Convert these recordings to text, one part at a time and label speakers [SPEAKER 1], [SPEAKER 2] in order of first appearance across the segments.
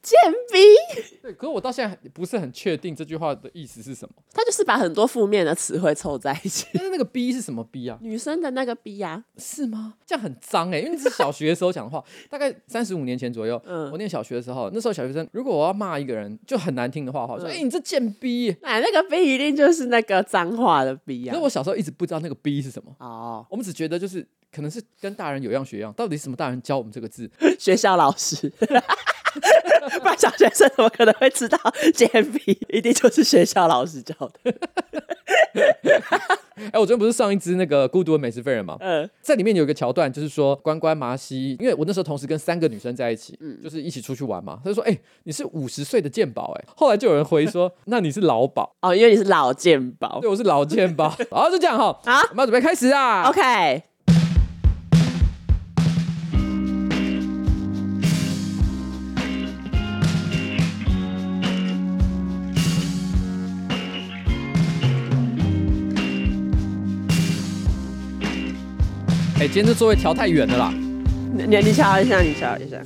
[SPEAKER 1] 贱逼！
[SPEAKER 2] 对，可是我到现在还不是很确定这句话的意思是什么。
[SPEAKER 1] 他就是把很多负面的词汇凑在一起。
[SPEAKER 2] 但是那个逼是什么逼啊？
[SPEAKER 1] 女生的那个逼呀、
[SPEAKER 2] 是吗？这样很脏哎、因为那是小学的时候讲的话， 大概三十五年前左右。
[SPEAKER 1] 嗯
[SPEAKER 2] 我念小学的时候，那时候小学生，如果我要骂一个人，就很难听的话，我说：“哎、
[SPEAKER 1] 嗯
[SPEAKER 2] 你这贱逼耶！”
[SPEAKER 1] 哎，那个逼一定就是那个脏话的逼 呀、
[SPEAKER 2] 可是我小时候一直不知道那个逼是什么，
[SPEAKER 1] 哦，
[SPEAKER 2] 我们只觉得就是可能是跟大人有样学样，到底是什么大人教我们这个字？
[SPEAKER 1] 学校老师， 不然小学生怎么可能会知道贱逼？一定就是学校老师教的。
[SPEAKER 2] 哎、我昨天不是上一支那个《孤独的美食废人》吗？
[SPEAKER 1] 嗯
[SPEAKER 2] 在里面有一个桥段，就是说关关麻西，因为我那时候同时跟三个女生在一起，
[SPEAKER 1] 嗯
[SPEAKER 2] 就是一起出去玩嘛。他就说：“哎、你是五十岁的鉴宝哎。”后来就有人回说：“那你是老鸨，
[SPEAKER 1] 哦，因为你是老健保
[SPEAKER 2] 对，我是老鉴 宝。”然后就这样哈，
[SPEAKER 1] 啊
[SPEAKER 2] 我们要准备开始啊。
[SPEAKER 1] ，OK。
[SPEAKER 2] 哎、今天这座位调太远了啦。
[SPEAKER 1] 你你你瞧一下，你瞧一下，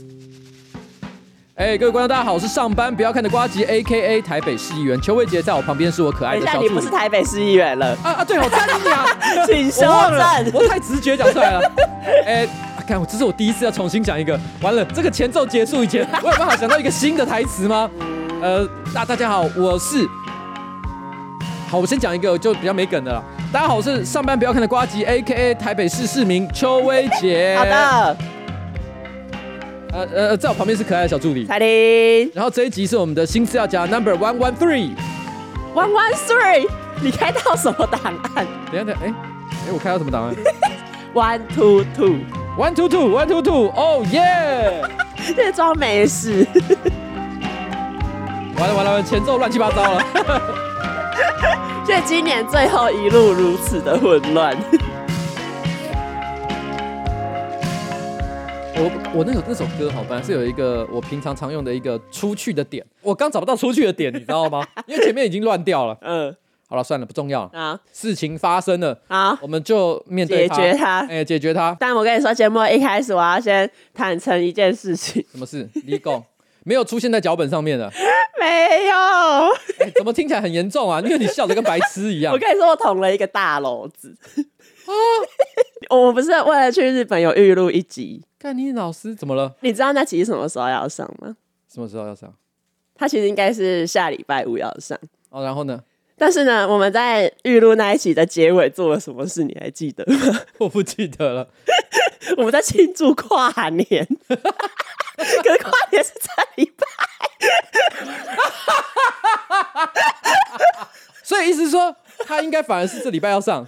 [SPEAKER 2] 哎、各位观众大家好，我是上班不要看的瓜吉，A K A 台北市议员邱慧杰，在我旁边是我可爱
[SPEAKER 1] 等一
[SPEAKER 2] 的
[SPEAKER 1] 下，
[SPEAKER 2] 小
[SPEAKER 1] 你
[SPEAKER 2] 助
[SPEAKER 1] 不
[SPEAKER 2] 理
[SPEAKER 1] 是。台北市议员了，
[SPEAKER 2] 啊啊，对，我看你啊。
[SPEAKER 1] 请修
[SPEAKER 2] 我忘了
[SPEAKER 1] 正。
[SPEAKER 2] 我太直觉讲出来了。 哎、啊看、我这是我第一次要重新讲一个。完了，这个前奏结束以前，我有办法想到一个新的台词吗？呃，大大家好，我是。好，我先讲一个就比较没梗的了。大家好，我是上班不要看的瓜吉，A K A 台北市市民邱威 杰。
[SPEAKER 1] 好。的，
[SPEAKER 2] 呃呃，在我旁边是可爱的小助理。
[SPEAKER 1] 彩铃
[SPEAKER 2] 然后这一集是我们的新资料夹 number one one three。
[SPEAKER 1] one one three，你开到什么档案
[SPEAKER 2] 等一下，等一下，哎、哎、我看到什么档 案
[SPEAKER 1] ？one two two，
[SPEAKER 2] ？one two two one two two，哦耶！
[SPEAKER 1] 这装没事。
[SPEAKER 2] 完了完了，完了前奏乱七八糟了。
[SPEAKER 1] 所以今年最后一路如此的混乱。
[SPEAKER 2] 我我那首那首歌好，本来是有一个我平常常用的一个出去的点，我刚找不到出去的点，你知道吗？因为前面已经乱掉了。
[SPEAKER 1] 嗯，
[SPEAKER 2] 好了，算了，不重要了。
[SPEAKER 1] 啊
[SPEAKER 2] 事情发生了，
[SPEAKER 1] 好。
[SPEAKER 2] 我们就面对它，
[SPEAKER 1] 解决它
[SPEAKER 2] 哎、解决它。
[SPEAKER 1] 但我跟你说，节目一开始我要先坦诚一件事情，
[SPEAKER 2] 什么事？立功没有出现在脚本上面的、
[SPEAKER 1] 没有。
[SPEAKER 2] 哎怎么听起来很严重啊？因为你笑得跟白痴一样啊
[SPEAKER 1] 我。跟你说，我捅了一个大篓子。我不是为了去日本有预录一集，
[SPEAKER 2] 看你老师怎么了？
[SPEAKER 1] 你知道那集什么时候要上吗？
[SPEAKER 2] 什么时候要上？
[SPEAKER 1] 它其实应该是下礼拜五要上。
[SPEAKER 2] 哦，然后呢？
[SPEAKER 1] 但是呢，我们在预录那一集的结尾做了什么事？你还记得吗？
[SPEAKER 2] 我不记得了。
[SPEAKER 1] 我们在庆祝跨年，可是跨年是在礼拜
[SPEAKER 2] 所以意思是说，他应该反而是这礼拜要上。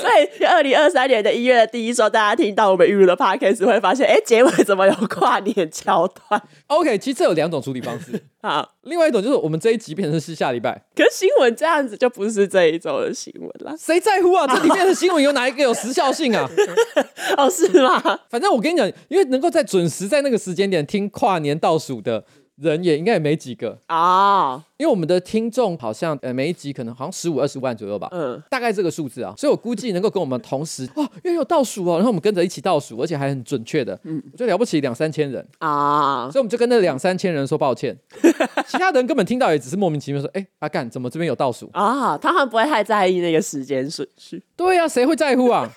[SPEAKER 1] 所以二零二三年的一月的第一周，大家听到我们预录的 podcast 会发现，哎、结尾怎么有跨年桥段？
[SPEAKER 2] OK，其实这有两种处理方式，
[SPEAKER 1] 好，
[SPEAKER 2] 另外一种就是我们这一集变成是下礼拜。
[SPEAKER 1] 可是新闻这样子就不是这一周的新闻啦。
[SPEAKER 2] 谁在乎啊？这里面的新闻有哪一个有时效性啊？
[SPEAKER 1] 哦，是吗？
[SPEAKER 2] 反正我跟你讲，因为能够在准时在那个时间点听跨年倒数的人也应该也没几个，
[SPEAKER 1] 哦，
[SPEAKER 2] 因为我们的听众好像呃每一集可能好像十五二十万左右吧。
[SPEAKER 1] 嗯，
[SPEAKER 2] 大概这个数字啊，所以我估计能够跟我们同时哇，又有倒数哦，然后我们跟着一起倒数，而且还很准确的，嗯，我觉得了不起两三千人，
[SPEAKER 1] 啊、
[SPEAKER 2] 所以我们就跟那两三千人说抱歉，其他人根本听到也只是莫名其妙说，哎、阿干怎么这边有倒数？
[SPEAKER 1] 啊、他们不会太在意那个时间顺序。
[SPEAKER 2] 对呀、谁会在乎啊？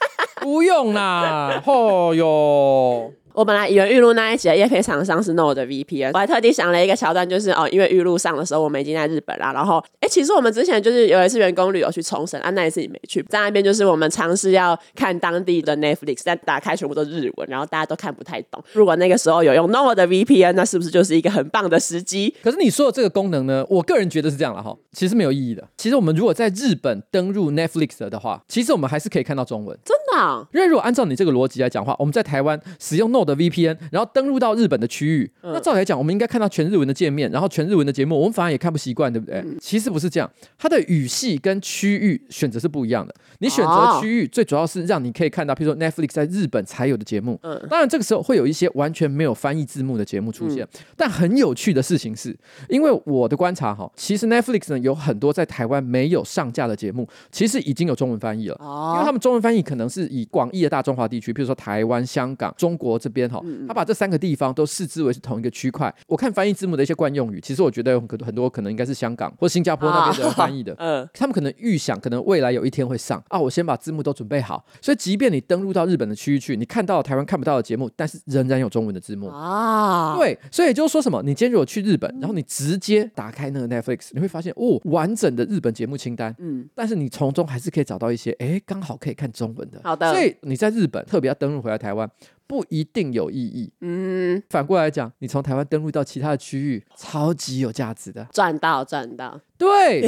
[SPEAKER 2] 不用啦， 吼哟。
[SPEAKER 1] 我本来以为预录那一集的夜配厂商是 No 的 VPN，我还特地想了一个桥段，就是哦，因为预录上的时候我们已经在日本啦，然后哎，诶其实我们之前就是有一次员工旅游去冲绳啊，那一次你没去，在那边就是我们尝试要看当地的 Netflix，但打开全部都日文，然后大家都看不太懂。如果那个时候有用 No 的 VPN，那是不是就是一个很棒的时机？
[SPEAKER 2] 可是你说的这个功能呢，我个人觉得是这样了哈，其实没有意义的。其实我们如果在日本登入 Netflix 的话，其实我们还是可以看到中文。
[SPEAKER 1] 真的哦、
[SPEAKER 2] 因为如果按照你这个逻辑来讲话，我们在台湾使用 Node VPN，然后登入到日本的区域，那照理来讲，我们应该看到全日文的界面，然后全日文的节目，我们反而也看不习惯，对不对？其实不是这样，它的语系跟区域选择是不一样的。你选择
[SPEAKER 1] 哦
[SPEAKER 2] 区域，最主要是让你可以看到，譬如说 Netflix 在日本才有的节目。
[SPEAKER 1] 嗯
[SPEAKER 2] 当然，这个时候会有一些完全没有翻译字幕的节目出现。但很有趣的事情是，因为我的观察哈，其实 Netflix 呢有很多在台湾没有上架的节目，其实已经有中文翻译了。因为他
[SPEAKER 1] 哦，
[SPEAKER 2] 们中文翻译可能是是以广义的大中华地区，比如说台湾、香港、中国这边哈，他把这三个地方都视之为是同一个区块。我看翻译字幕的一些惯用语，其实我觉得有很很多可能应该是香港或新加坡那边的人翻 译的。
[SPEAKER 1] 嗯，
[SPEAKER 2] 他们可能预想，可能未来有一天会上啊，我先把字幕都准备好，所以即便你登录到日本的区域去，你看到台湾看不到的节目，但是仍然有中文的字幕。
[SPEAKER 1] 啊，
[SPEAKER 2] 对，所以也就是说什么？你今天如果去日本，然后你直接打开那个 Netflix，你会发现哦，完整的日本节目清单。
[SPEAKER 1] 嗯，
[SPEAKER 2] 但是你从中还是可以找到一些，哎，刚好可以看中文的。
[SPEAKER 1] 好的
[SPEAKER 2] 所以你在日本特别要登录回来台湾，不一定有意义。
[SPEAKER 1] 嗯，
[SPEAKER 2] 反过来讲，你从台湾登录到其他的区域，超级有价值 的。
[SPEAKER 1] 赚到赚到，
[SPEAKER 2] 对，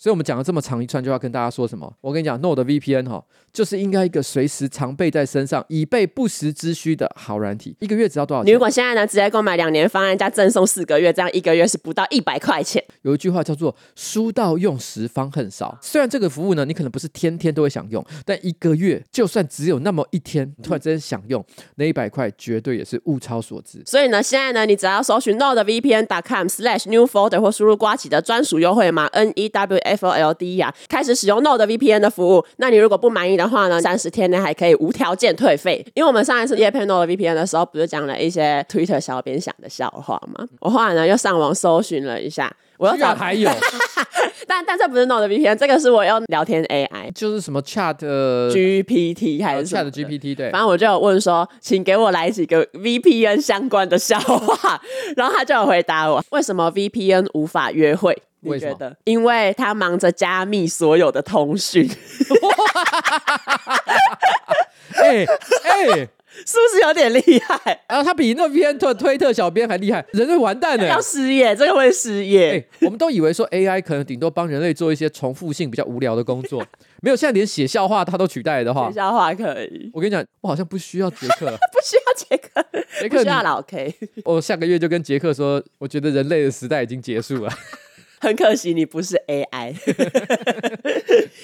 [SPEAKER 2] 所以我们讲了这么长一串，就要跟大家说什么？我跟你讲，Node 的 VPN 哈，就是应该一个随时常备在身上，以备不时之需的好软体。一个月只要多少
[SPEAKER 1] 你
[SPEAKER 2] 钱
[SPEAKER 1] 如？果现在呢，直接购买两年方案加赠送四个月，这样一个月是不到一百块钱。
[SPEAKER 2] 有一句话叫做“书到用时方恨少”。虽然这个服务呢，你可能不是天天都会想用，但一个月就算只有那么一天，
[SPEAKER 1] 嗯
[SPEAKER 2] 突然之间想用那一百块，绝对也是物超所值。
[SPEAKER 1] 所以呢，现在呢，你只要搜寻 nodevpn.com/slash/newfolder 或输入瓜起的专属优惠码 N E W F O L D 呀、开始使用 Node VPN 的服务。那你如果不满意的话呢，三十天内还可以无条件退费。因为我们上一次夜配 Node VPN 的时候，不是讲了一些 Twitter 小编想的笑话吗？我后来呢又上网搜寻了一下，我又
[SPEAKER 2] 居然
[SPEAKER 1] 找，
[SPEAKER 2] 还有，
[SPEAKER 1] 但但这不是 Node VPN，这个是我用聊天 AI
[SPEAKER 2] 就是什么 Chat 呃
[SPEAKER 1] GPT 还是什么啊
[SPEAKER 2] Chat GPT 对
[SPEAKER 1] 反。正我就有问说，请给我来几个 VPN 相关的笑话， 然后他就有回答我，为什么 VPN 无法约会？你
[SPEAKER 2] 为什
[SPEAKER 1] 觉
[SPEAKER 2] 么
[SPEAKER 1] 得？因为他忙着加密所有的通讯， 是
[SPEAKER 2] 哎哎，
[SPEAKER 1] 不是有点厉害？
[SPEAKER 2] 然后他比那边推推特小编还厉害，人类完蛋了
[SPEAKER 1] 要。失业，这个会失
[SPEAKER 2] 哎、
[SPEAKER 1] 业。
[SPEAKER 2] 我们都以为说 AI 可能顶多帮人类做一些重复性比较无聊的工作，没有现在连写笑话它都取代了的话
[SPEAKER 1] 学，笑话可以，
[SPEAKER 2] 我跟你讲，我好像不需要杰克 了。
[SPEAKER 1] 不需要杰克，
[SPEAKER 2] 杰
[SPEAKER 1] 不
[SPEAKER 2] 克
[SPEAKER 1] 需
[SPEAKER 2] 你，
[SPEAKER 1] 要老 K，
[SPEAKER 2] 我下个月就跟杰克说，我觉得人类的时代已经结束了。
[SPEAKER 1] 很可惜你不是 AI。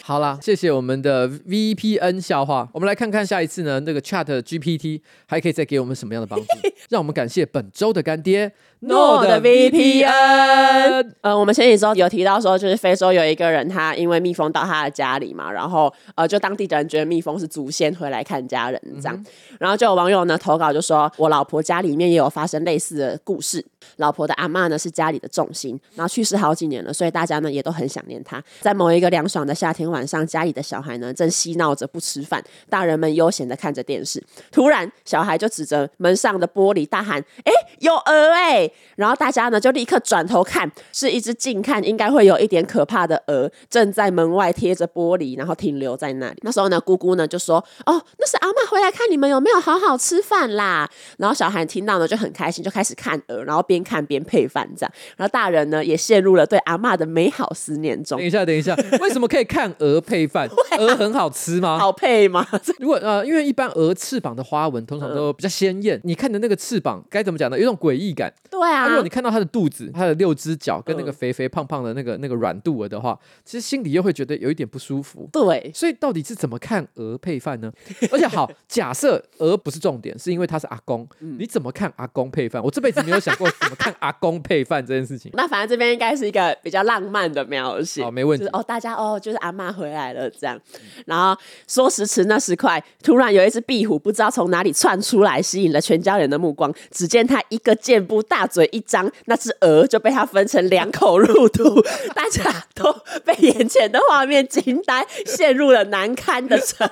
[SPEAKER 2] 好啦，谢谢我们的 VPN 笑话。我们来看看下一次呢，那个 Chat GPT 还可以再给我们什么样的帮助？ 让我们感谢本周的干爹
[SPEAKER 1] Node VPN
[SPEAKER 2] 嗯
[SPEAKER 1] 呃，我们前几周有提到说，就是非洲有一个人，他因为蜜蜂到他的家里嘛，然后呃，就当地的人觉得蜜蜂是祖先回来看家人这样，然后就有网友呢投稿就说，我老婆家里面也有发生类似的故事，老婆的阿嬷呢是家里的重心，然后去世好几年了，所以大家呢也都很想念她。在某一个凉爽的夏天晚上，家里的小孩呢正嬉闹着不吃饭，大人们悠闲的看着电视，突然小孩就指着门上的玻璃大喊：“哎、有鹅哎、然后大家呢就立刻转头看，是一只近看应该会有一点可怕的鹅，正在门外贴着玻璃，然后停留在那里。那时候呢，姑姑呢就说：“哦，那是阿嬷回来看你们有没有好好吃饭啦。”然后小孩听到呢就很开心，就开始看鹅，然后边看边配饭这样。然后大人呢也陷入了对阿嬷的美好思念中
[SPEAKER 2] 等。一下，等一下，为什么可以看鹅 配饭？鹅很好吃吗？
[SPEAKER 1] 啊好配吗？
[SPEAKER 2] 如果呃，因为一般鹅翅膀的花纹通常都比较鲜艳，你看的那个翅膀该怎么讲呢？有一种诡异感。
[SPEAKER 1] 对
[SPEAKER 2] 那
[SPEAKER 1] 啊，
[SPEAKER 2] 如果你看到它的肚子、它的六只脚跟那个
[SPEAKER 1] 嗯
[SPEAKER 2] 肥肥胖胖的那个那个软肚儿的话，其实心里又会觉得有一点不舒服。
[SPEAKER 1] 对，
[SPEAKER 2] 所以到底是怎么看鹅配饭呢？而且好，假设鹅不是重点，是因为它是阿公，
[SPEAKER 1] 嗯
[SPEAKER 2] 你怎么看阿公配饭？我这辈子没有想过怎么看阿公配饭这件事情。
[SPEAKER 1] 那反正这边应该是一个比较浪漫的描写，
[SPEAKER 2] 好没问题
[SPEAKER 1] 就是哦，大家哦，就是阿妈回来了这样。然后说时迟那时快，突然有一只壁虎不知道从哪里窜出来，吸引了全家人的目光。只见它一个箭步，大嘴一张，那只鹅就被它分成两口入 肚，大家都被眼前的画面惊呆，陷入了难堪的沉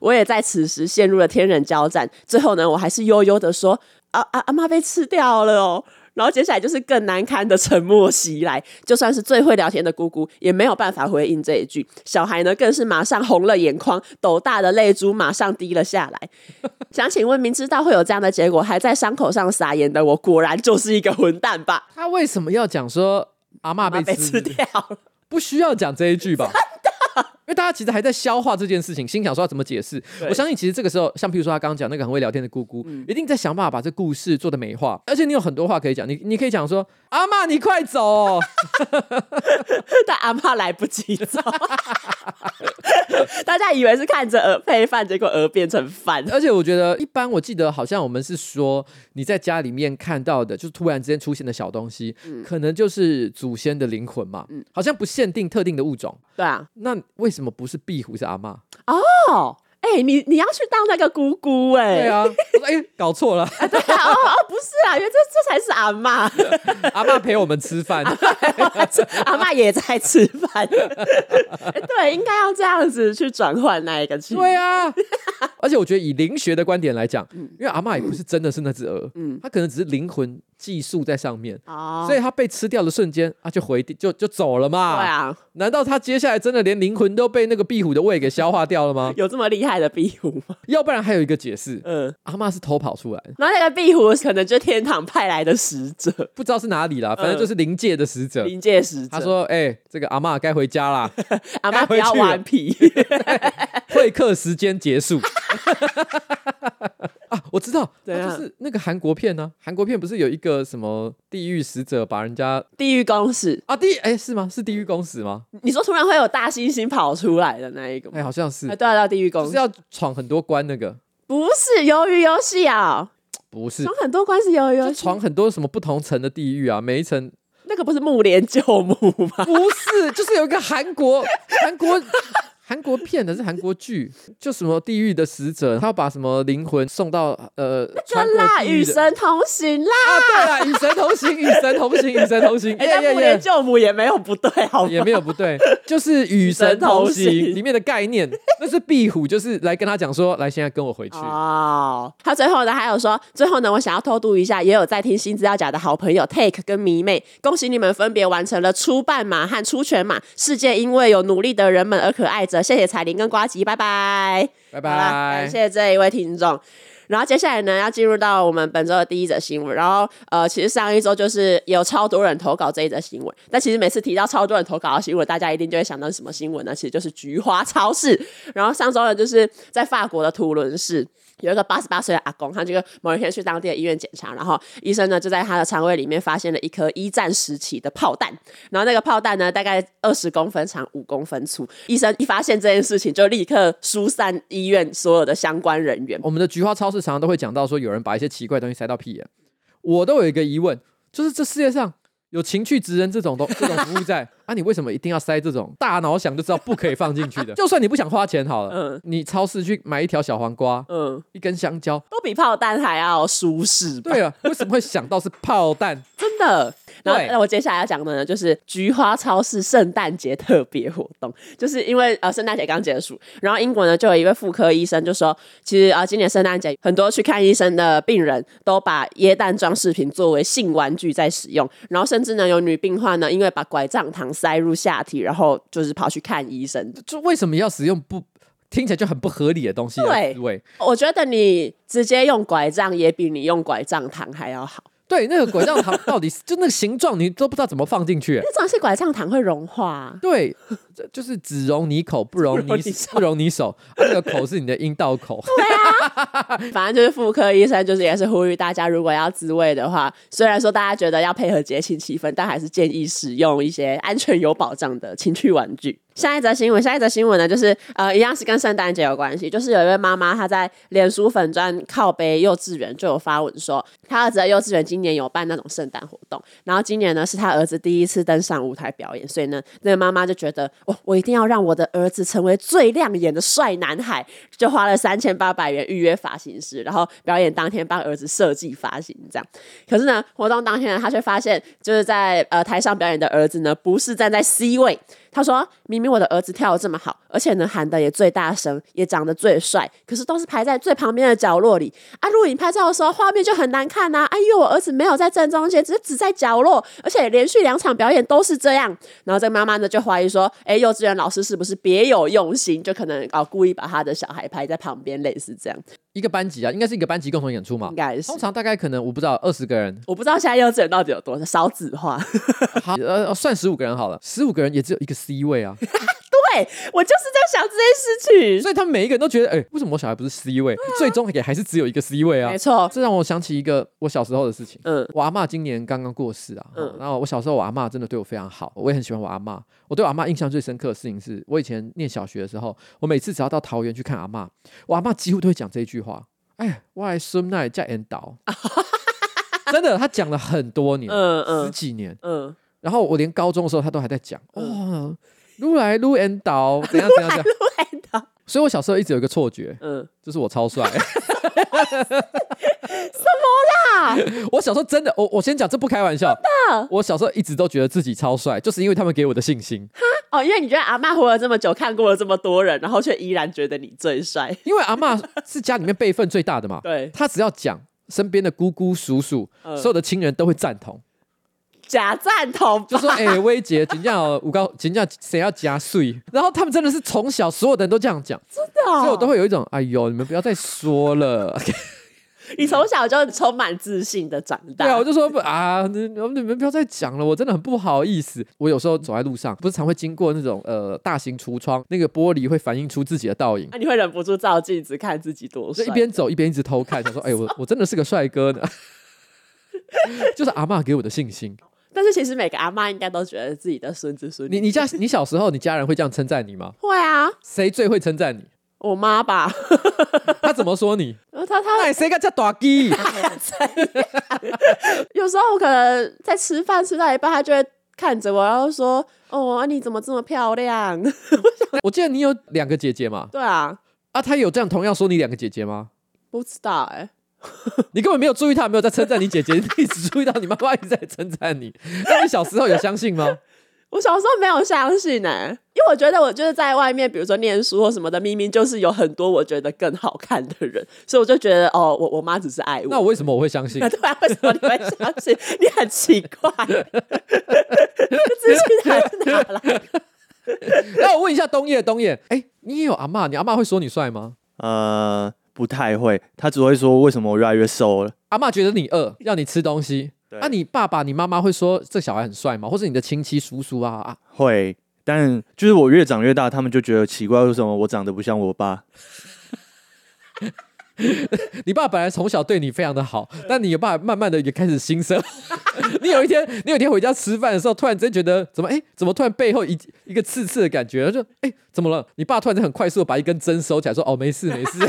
[SPEAKER 1] 我也在此时陷入了天人交战。最后呢，我还是悠悠的说：“啊啊，阿妈被吃掉了哦。”然后接下来就是更难堪的沉默袭来，就算是最会聊天的姑姑也没有办法回应这一句。小孩呢，更是马上红了眼眶，斗大的泪珠马上滴了下来。想请问，明知道会有这样的结果，还在伤口上撒盐的我，果然就是一个混蛋吧？
[SPEAKER 2] 他为什么要讲说阿嬷
[SPEAKER 1] 阿妈
[SPEAKER 2] 被
[SPEAKER 1] 被
[SPEAKER 2] 吃
[SPEAKER 1] 吃掉了，
[SPEAKER 2] 不需要讲这一句吧？因为大家其实还在消化这件事情，心想说要怎么解释。
[SPEAKER 1] 对
[SPEAKER 2] 我相信，其实这个时候，像譬如说他刚刚讲那个很会聊天的姑姑，一定在想办法把这故事做的美化。而且你有很多话可以讲，你你可以讲说：“阿嬷，你快走、哦！”
[SPEAKER 1] 但阿妈来不及走。 大家以为是看着鹅配饭，结果鹅变成饭。
[SPEAKER 2] 而且我觉得，一般我记得好像我们是说，你在家里面看到的，就是突然之间出现的小东西，可能就是祖先的灵魂嘛，好像不限定特定的物种。
[SPEAKER 1] 对啊，
[SPEAKER 2] 那为什么不是壁虎是阿嬷？
[SPEAKER 1] 哦，哎、你你要去当那个姑姑哎、
[SPEAKER 2] 对啊，我说哎、搞错了，
[SPEAKER 1] 对啊， 哦哦，不是啊，因为这这才是阿妈，
[SPEAKER 2] 阿嬷陪我们吃饭，
[SPEAKER 1] 阿妈也在吃 饭，哎对，应该要这样子去转换那一个去，
[SPEAKER 2] 对啊，而且我觉得以灵学的观点来讲，因为阿嬷也不是真的是那只鹅，嗯，它可能只是灵魂寄宿在上面，
[SPEAKER 1] 哦，
[SPEAKER 2] 啊所以它被吃掉的瞬间，啊，就回地就就走了嘛。
[SPEAKER 1] 对，啊，？
[SPEAKER 2] 难道它接下来真的连灵魂都被那个壁虎的胃给消化掉了吗
[SPEAKER 1] 有这么厉害的壁虎吗？
[SPEAKER 2] 要不然还有一个解释，
[SPEAKER 1] 嗯，
[SPEAKER 2] 阿嬷是偷跑出来的，
[SPEAKER 1] 然后那个壁虎可能就天堂派来的使者，
[SPEAKER 2] 不知道是哪里啦，反正就是嗯灵界的使者。
[SPEAKER 1] 临界使者，
[SPEAKER 2] 他说：“哎、这个阿嬷该回家啦，
[SPEAKER 1] 阿妈不
[SPEAKER 2] 该
[SPEAKER 1] 要
[SPEAKER 2] 回去了啊
[SPEAKER 1] 顽 皮，
[SPEAKER 2] 会客时间结束。”啊，我知道，
[SPEAKER 1] 怎样
[SPEAKER 2] 啊就是那个韩国片呢、韩国片不是有一个什么地狱使者把人家
[SPEAKER 1] 地狱公使，
[SPEAKER 2] 啊地哎、是吗？是地狱公使吗？
[SPEAKER 1] 你说突然会有大猩猩跑出来的那一个
[SPEAKER 2] 哎、
[SPEAKER 1] 吗？
[SPEAKER 2] 好像是
[SPEAKER 1] 哎，，对啊，到地狱公
[SPEAKER 2] 就是
[SPEAKER 1] 使，
[SPEAKER 2] 要闯很多关那个，
[SPEAKER 1] 不是鱿鱼游戏啊，
[SPEAKER 2] 不是
[SPEAKER 1] 闯很多关是鱿鱼游
[SPEAKER 2] 就
[SPEAKER 1] 戏，
[SPEAKER 2] 闯很多什么不同层的地狱啊，每一层
[SPEAKER 1] 那个不是木莲救母吗？
[SPEAKER 2] 不是， 就是有一个韩国韩国韩国片的是韩国剧，就什么地狱的使者，他要把什么灵魂送到呃穿
[SPEAKER 1] 跟
[SPEAKER 2] 过
[SPEAKER 1] 啦，
[SPEAKER 2] 地
[SPEAKER 1] 与
[SPEAKER 2] 狱的。
[SPEAKER 1] 神同行啦。
[SPEAKER 2] 啊，对啦，与神同行，与神同行，与神 同行，
[SPEAKER 1] 哎、
[SPEAKER 2] 耶
[SPEAKER 1] 但
[SPEAKER 2] 耶
[SPEAKER 1] 木莲
[SPEAKER 2] 耶，
[SPEAKER 1] 救母也没有不对，好
[SPEAKER 2] 也
[SPEAKER 1] 吗？
[SPEAKER 2] 没有不对，就是与神同行里面的概念，那是壁虎，就是来跟他讲说，来，现在跟我回去。
[SPEAKER 1] 哦，他最后呢还有说，最后呢，我想要偷渡一下，也有在听新资料夹的好朋友 Take 跟迷妹，恭喜你们分别完成了出半马和出全马，世界因为有努力的人们而可爱着。谢谢彩铃跟瓜吉，拜拜。
[SPEAKER 2] 拜
[SPEAKER 1] 好啦，
[SPEAKER 2] 拜
[SPEAKER 1] 感。谢这一位听众。然后接下来呢，要进入到我们本周的第一则新闻。然后呃，其实上一周就是有超多人投稿这一则新闻，但其实每次提到超多人投稿的新闻，大家一定就会想到是什么新闻呢？其实就是菊花超市。 然后上周呢，就是在法国的图伦市。有一个八十八岁的阿公，他就某一天去当地的医院检查，然后医生呢就在他的肠胃里面发现了一颗一战时期的炮弹，然后那个炮弹呢大概二十公分长，五公分粗。医生一发现这件事情，就立刻疏散医院所有的相关人员。
[SPEAKER 2] 我们的菊花超市常常都会讲到说，有人把一些奇怪的东西塞到屁眼。我都有一个疑问，就是这世界上有情趣职人这种东 这种服务在，啊，你为什么一定要塞这种大脑想就知道不可以放进去的？就算你不想花钱好了，
[SPEAKER 1] 嗯
[SPEAKER 2] 你超市去买一条小黄瓜，
[SPEAKER 1] 嗯，
[SPEAKER 2] 一根香蕉。
[SPEAKER 1] 都比炮弹还要舒适吧？
[SPEAKER 2] 对 了，为什么会想到是炮弹？
[SPEAKER 1] 真的。然后，
[SPEAKER 2] 对
[SPEAKER 1] 那我接下来要讲的呢，就是菊花超市圣诞节特别活动，就是因为呃圣诞节刚结束，然后英国呢就有一位妇科医生就说，其实啊、呃今年圣诞节很多去看医生的病人都把椰蛋装饰品作为性玩具在使用，然后甚至呢有女病患呢因为把拐杖糖塞入下体，然后就是跑去看医生。
[SPEAKER 2] 就为什么要使用不听起来就很不合理的东西啊来
[SPEAKER 1] 对
[SPEAKER 2] 自慰？
[SPEAKER 1] 我觉得你直接用拐杖也比你用拐杖糖还要好，
[SPEAKER 2] 对，那个拐杖糖到底是 就那个形状，你都不知道怎么放进去。欸
[SPEAKER 1] 那种是拐杖糖会融化啊、
[SPEAKER 2] 对，这就是只容你口，不容
[SPEAKER 1] 容
[SPEAKER 2] 你
[SPEAKER 1] 你
[SPEAKER 2] 手不容你手。啊那个口是你的阴道口，
[SPEAKER 1] 反正就是妇科医生，就是也是呼吁大家，如果要自慰的话，虽然说大家觉得要配合节庆气氛，但还是建议使用一些安全有保障的情趣玩具。下一则新闻，下一则新闻呢，就是呃，一样是跟圣诞节有关系，就是有一位妈妈她在脸书粉砖靠背幼稚园就有发文说，她儿子的幼稚园今年有办那种圣诞活动，然后今年呢是她儿子第一次登上舞台表演，所以呢，那个妈妈就觉得，哦，我一定要让我的儿子成为最亮眼的帅男孩，就花了三千八百元预约发型师，然后表演当天帮儿子设计发型这样。可是呢，活动当天呢，他却发现就是在呃台上表演的儿子呢，不是站在 C 位。他说：“明明我的儿子跳的这么好，而且呢喊的也最大声，也长得最帅，可是都是排在最旁边的角落里啊。录影拍照的时候，画面就很难看呐、啊。因为我儿子没有在正中间，只是只在角落，而且连续两场表演都是这样。然后这个妈妈呢就怀疑说，哎，幼稚园老师是不是别有用心，就可能哦故意把他的小孩拍在旁边，类似这样，
[SPEAKER 2] 一个班级啊，应该是一个班级共同演出嘛
[SPEAKER 1] 应。该是，
[SPEAKER 2] 通。常大概可能我不知道二十个人
[SPEAKER 1] 我不知道现在幼稚园到底有多少少子化，
[SPEAKER 2] 好呃呃算十五个人好了，十五个人也只有一个 C 位啊，
[SPEAKER 1] 对我就是在想这件事情。
[SPEAKER 2] 所以他们每一个人都觉得，哎、为什么我小孩不是 C 位？最终也还是只有一个 C 位啊
[SPEAKER 1] 啊没。错，
[SPEAKER 2] 这让我想起一个我小时候的事情。
[SPEAKER 1] 哦嗯，
[SPEAKER 2] 我阿嬷今年刚刚过世啊，
[SPEAKER 1] 嗯
[SPEAKER 2] 然后我小时候我阿嬷真的对我非常好，我也很喜欢我阿嬷。我对我阿嬷印象最深刻的事情是，我以前念小学的时候，我每次只要到桃园去看阿嬷，我阿嬷几乎都会讲这一句话：“哎，我爱孙奈加 引导。”真的，她讲了很多年，
[SPEAKER 1] 嗯
[SPEAKER 2] 十
[SPEAKER 1] 嗯
[SPEAKER 2] 几年。
[SPEAKER 1] 嗯，
[SPEAKER 2] 然后我连高中的时候她都还在讲，哇、撸哦来撸 and 倒，怎样怎样怎样。
[SPEAKER 1] 对的，
[SPEAKER 2] 所以我小时候一直有一个错觉，
[SPEAKER 1] 嗯，
[SPEAKER 2] 就是我超帅。什么 啦？我小时候真的，我我先讲，这不开玩笑。
[SPEAKER 1] 的
[SPEAKER 2] 我小时候一直都觉得自己超帅，就是因为他们给我的信心。
[SPEAKER 1] 哦，因为你觉得阿嬷活了这么久，看过了这么多人，然后却依然觉得你最帅，
[SPEAKER 2] 因为阿嬷是家里面辈分最大的嘛，
[SPEAKER 1] 对，
[SPEAKER 2] 她只要讲，身边的姑姑、叔叔，
[SPEAKER 1] 嗯
[SPEAKER 2] 所有的亲人都会赞同，
[SPEAKER 1] 假赞同
[SPEAKER 2] 就
[SPEAKER 1] 吧，
[SPEAKER 2] 说：“哎、薇姐，请教五高，请教谁要加税？”然后他们真的是从小所有的人都这样讲，
[SPEAKER 1] 哦
[SPEAKER 2] 所以我都会有一种：“哎呦，你们不要再说了。
[SPEAKER 1] 你从小就充满自信的长”大，
[SPEAKER 2] 对啊，我就说不啊，你你们不要再讲了，我真的很不好意思。我有时候走在路上，不是常会经过那种呃大型橱窗，那个玻璃会反映出自己的倒影。
[SPEAKER 1] 那、你会忍不住照镜子看自己多
[SPEAKER 2] 我就
[SPEAKER 1] 帅，
[SPEAKER 2] 一边走一边一直偷看，想说：“哎、我我真的是个帅哥呢。” 就是阿嬷给我的信心。
[SPEAKER 1] 但是其实每个阿嬷应该都觉得自己的孙子孙
[SPEAKER 2] 你
[SPEAKER 1] 女
[SPEAKER 2] 你家你小时候，你家人会这样称赞你吗？
[SPEAKER 1] 会啊，
[SPEAKER 2] 谁最会称赞你？
[SPEAKER 1] 我妈吧，
[SPEAKER 2] 他怎么说你？
[SPEAKER 1] 然后她她
[SPEAKER 2] 哎，谁敢叫大鸡？
[SPEAKER 1] 有时候我可能在吃饭吃到一半，她就会看着我，然后说：“哦，啊你怎么这么漂亮？
[SPEAKER 2] 我记得你有两个姐姐嘛？”
[SPEAKER 1] 对啊，
[SPEAKER 2] 啊，他有这样同样说你两个姐姐吗？
[SPEAKER 1] 不知道哎、
[SPEAKER 2] 你根本没有注意他，没有在称赞你姐姐，你只注意到你妈妈一直在称赞你。 那你小时候有相信吗？
[SPEAKER 1] 我小时候没有相信哎、因为我觉得我就是在外面，比如说念书或什么的，明明就是有很多我觉得更好看的人，所以我就觉得哦，我我妈只是爱
[SPEAKER 2] 那
[SPEAKER 1] 我。
[SPEAKER 2] 我为什么我会相 信
[SPEAKER 1] 那？对啊，为什么你会相信？你很奇怪， 这自信还是哪来？
[SPEAKER 2] 那我问一下冬叶，冬叶，哎、你也有阿嬷，你阿嬷会说你帅吗？
[SPEAKER 3] 呃，不太会，他只会说为什么我越来越瘦了。
[SPEAKER 2] 阿嬷觉得你饿，要你吃东西。
[SPEAKER 3] 对
[SPEAKER 2] 那、你爸爸、你妈妈会说这小孩很帅吗？或者你的亲戚叔叔啊啊？
[SPEAKER 3] 会，但就是我越长越大，他们就觉得奇怪，为什么我长得不像我爸？
[SPEAKER 2] 你爸本来从小对你非常的好，但你爸慢慢的也开始心生。 你有一天，你有一天回家吃饭的时候，突然之间觉得怎么哎，怎么突然背后一一个刺刺的感觉，然后就哎怎么了？你爸突然间很快速的把一根针收起来，说哦没事没事。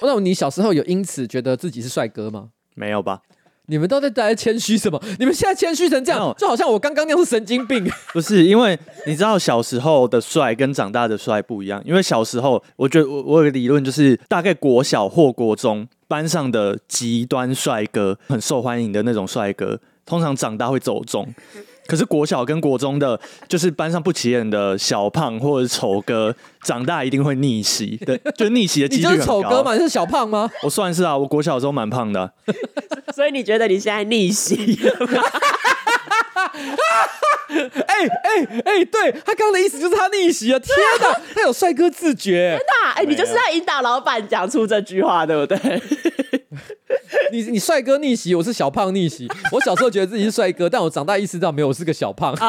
[SPEAKER 2] 那你小时候有因此觉得自己是帅哥吗？
[SPEAKER 3] 没有吧？
[SPEAKER 2] 你们都在大家谦虚什么？你们现在谦虚成这
[SPEAKER 3] 没有
[SPEAKER 2] 样，就好像我刚刚那样是神经 病。
[SPEAKER 3] 不是，因为你知道小时候的帅跟长大的帅不一样。因为小时候，我觉得我我有个理论，就是大概国小或国中班上的极端帅哥，很受欢迎的那种帅哥，通常长大会走中。可是国小跟国中的，就是班上不起眼的小胖或者丑哥，长大一定会逆袭的，就逆袭的几
[SPEAKER 2] 你
[SPEAKER 3] 率
[SPEAKER 2] 就
[SPEAKER 3] 很
[SPEAKER 2] 是
[SPEAKER 3] 高。
[SPEAKER 2] 丑哥嘛？你是小胖吗？
[SPEAKER 3] 我算是啊，我国小的时候蛮胖的啊、
[SPEAKER 1] 所以你觉得你现在逆袭了吗？
[SPEAKER 2] 哎哎哎，对他刚刚的意思就是他逆袭啊！天 哪，他有帅哥自觉。
[SPEAKER 1] 那哎、你就是要引导老板讲出这句话，对不对？
[SPEAKER 2] 你你帅哥逆袭，我是小胖逆袭。我小时候觉得自己是帅哥，但我长大意识到没有，我是个小胖。
[SPEAKER 1] 啊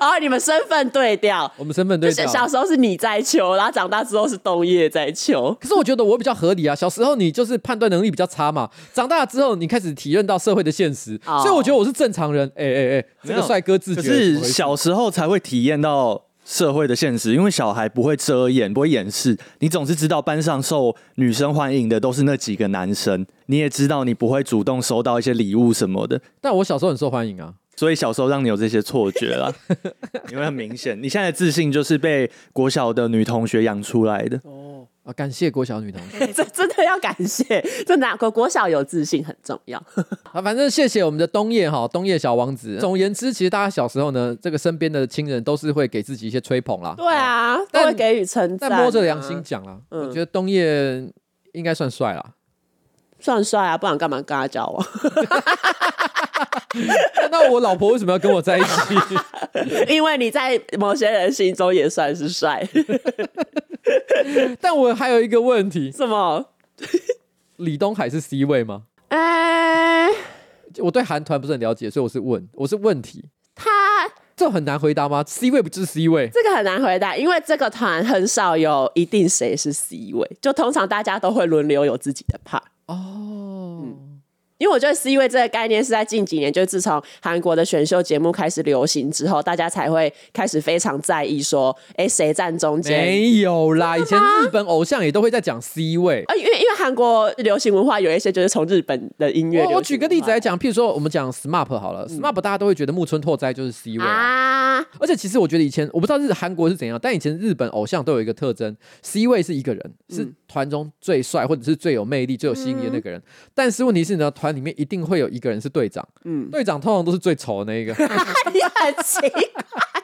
[SPEAKER 1] 哦，你们身份对调，
[SPEAKER 2] 我们身份
[SPEAKER 1] 就
[SPEAKER 2] 对
[SPEAKER 1] 是
[SPEAKER 2] 调。
[SPEAKER 1] 小时候是你在求，然后长大之后是冬叶在求。
[SPEAKER 2] 可是我觉得我比较合理啊，小时候你就是判断能力比较差嘛，长大之后你开始体认到社会的现实，
[SPEAKER 1] 哦
[SPEAKER 2] 所以我觉得我是正常人。哎哎哎，这
[SPEAKER 3] 没
[SPEAKER 2] 个
[SPEAKER 3] 有
[SPEAKER 2] 帅哥自觉
[SPEAKER 3] 可
[SPEAKER 2] 怎
[SPEAKER 3] 是
[SPEAKER 2] 么回事
[SPEAKER 3] 小时候才会体验到社会的现实，因为小孩不会遮掩，不会掩饰。你总是知道班上受女生欢迎的都是那几个男生，你也知道你不会主动收到一些礼物什么的，
[SPEAKER 2] 但我小时候很受欢迎啊。
[SPEAKER 3] 所以小时候让你有这些错觉 啦。因为很明显，你现在的自信就是被国小的女同学养出来的。
[SPEAKER 2] 啊，感谢郭小女同学
[SPEAKER 1] 这真的要感谢，这哪国国小有自信很重要。
[SPEAKER 2] 啊，反正谢谢我们的冬叶哈，冬叶小王子。总而言之，其实大家小时候呢，这个身边的亲人都是会给自己一些吹捧啦，
[SPEAKER 1] 对啊，都
[SPEAKER 2] 但
[SPEAKER 1] 会给予称赞、啊
[SPEAKER 2] 但摸着良心，讲啦，
[SPEAKER 1] 嗯
[SPEAKER 2] 我觉得冬叶应该算帅啦。
[SPEAKER 1] 算帅啊，不然干嘛跟他交 往？
[SPEAKER 2] 那我老婆为什么要跟我在一起？
[SPEAKER 1] 因为你在某些人心中也算是帅。
[SPEAKER 2] 但我还有一个问题，
[SPEAKER 1] 什么？
[SPEAKER 2] 李东海是 C 位吗？
[SPEAKER 1] 哎、
[SPEAKER 2] 我对韩团不是很了解，所以我是问，我是问题，
[SPEAKER 1] 他
[SPEAKER 2] 这很难回答吗？C 位不就是 C 位？
[SPEAKER 1] 这个很难回答，因为这个团很少有一定谁是 C 位，就通常大家都会轮流有自己的 part。
[SPEAKER 2] 哦，
[SPEAKER 1] 因为我觉得 C 位这个概念是在近几年，就是自从韩国的选秀节目开始流行之后，大家才会开始非常在意说，哎，谁站中间。
[SPEAKER 2] 没有啦，以前日本偶像也都会在讲 C 位。
[SPEAKER 1] 啊，因为因为韩国流行文化有一些就是从日本的音乐流行文化，
[SPEAKER 2] 我我举个例子来讲，譬如说我们讲 SMAP 好了、s m a p 大家都会觉得木村拓哉就是 C 位啊
[SPEAKER 1] 啊，
[SPEAKER 2] 而且其实我觉得以前我不知道日韩国是怎样，但以前日本偶像都有一个特征，C 位是一个人，
[SPEAKER 1] 嗯
[SPEAKER 2] 是团中最帅或者是最有魅力、最有吸引力的那个人。但是问题是呢，团里面一定会有一个人是队长，
[SPEAKER 1] 嗯，
[SPEAKER 2] 队长通常都是最丑的那一个，
[SPEAKER 1] 也很奇怪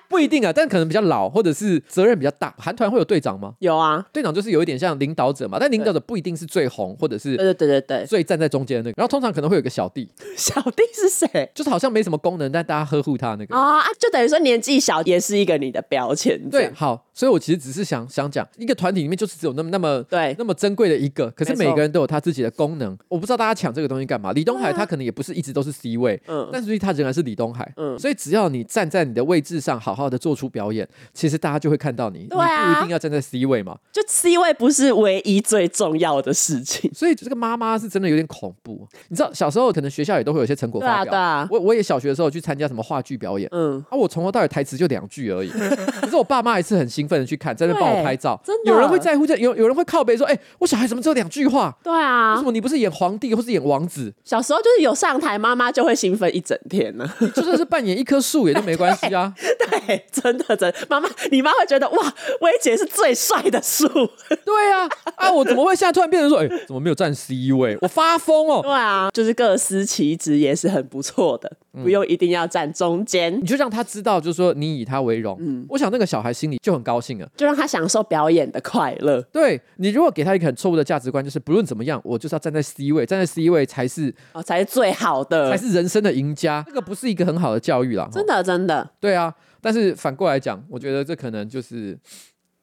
[SPEAKER 2] 不一定啊，但可能比较老或者是责任比较大。韩团会有队长吗？
[SPEAKER 1] 有啊，
[SPEAKER 2] 队长就是有一点像领导者嘛，但领导者不一定是最红或
[SPEAKER 1] 对
[SPEAKER 2] 者是
[SPEAKER 1] 对对对对，
[SPEAKER 2] 最站在中间的那个，然后通常可能会有一个小弟，
[SPEAKER 1] 小弟是谁？
[SPEAKER 2] 就是好像没什么功能，但大家呵护他的那个。
[SPEAKER 1] 哦啊，就等于说年纪小也是一个你的标签，这
[SPEAKER 2] 对
[SPEAKER 1] 样，
[SPEAKER 2] 好，所以我其实只是想想讲，一个团体里面就是只有那么那么
[SPEAKER 1] 对
[SPEAKER 2] 哎那么珍贵的一个，可是
[SPEAKER 1] 没错
[SPEAKER 2] 每个人都有他自己的功能。我不知道大家抢这个东西干嘛。李东海他可能也不是一直都是 C 位，
[SPEAKER 1] 啊嗯
[SPEAKER 2] 但是他仍然是李东海。
[SPEAKER 1] 嗯
[SPEAKER 2] 所以只要你站在你的位置上，好好的做出表演，其实大家就会看到你。
[SPEAKER 1] 对啊
[SPEAKER 2] 你不一定要站在 C 位嘛。
[SPEAKER 1] 就 C 位不是唯一最重要的事情。
[SPEAKER 2] 所以这个妈妈是真的有点恐怖。你知道小时候可能学校也都会有一些成果
[SPEAKER 1] 对
[SPEAKER 2] 发
[SPEAKER 1] 啊，
[SPEAKER 2] 表。
[SPEAKER 1] 对啊，
[SPEAKER 2] 我我也小学的时候去参加什么话剧表演。
[SPEAKER 1] 嗯，
[SPEAKER 2] 啊，我从头到尾台词就两句 而已，可是我爸妈还是很兴奋的去看，在那边帮我
[SPEAKER 1] 对
[SPEAKER 2] 拍照。
[SPEAKER 1] 真的
[SPEAKER 2] 有人会在乎这，有有人会靠背说：“哎、我小孩怎么只有两句话？
[SPEAKER 1] 对
[SPEAKER 2] 为
[SPEAKER 1] 啊
[SPEAKER 2] 什，么你不是演皇帝或是演王 子？
[SPEAKER 1] 小时候就是有上台，妈妈就会兴奋一整天呢、
[SPEAKER 2] 你就算是扮演一棵树也都没关系啊。
[SPEAKER 1] 对，真的真的，妈妈，你妈会觉得哇，薇姐是最帅的树。
[SPEAKER 2] 对啊，啊，我怎么会现在突然变成说，哎、怎么没有占 C 位？我发疯哦！
[SPEAKER 1] 对啊，就是各司其职也是很不错的，不用一定要站中间，
[SPEAKER 2] 你就让他知道，就是说你以他为荣。
[SPEAKER 1] 嗯
[SPEAKER 2] 我想那个小孩心里就很高兴了。
[SPEAKER 1] 就让她享受表演的快乐。
[SPEAKER 2] 对你，如果给他一个很错误的价值观，就是不论怎么样，我就是要站在 C 位，站在 C 位才是
[SPEAKER 1] 哦，才是最好的，
[SPEAKER 2] 才是人生的赢家。这个不是一个很好的教育啦。
[SPEAKER 1] 呃
[SPEAKER 2] 哦
[SPEAKER 1] 真的真的，
[SPEAKER 2] 对啊，但是反过来讲，我觉得这可能就是，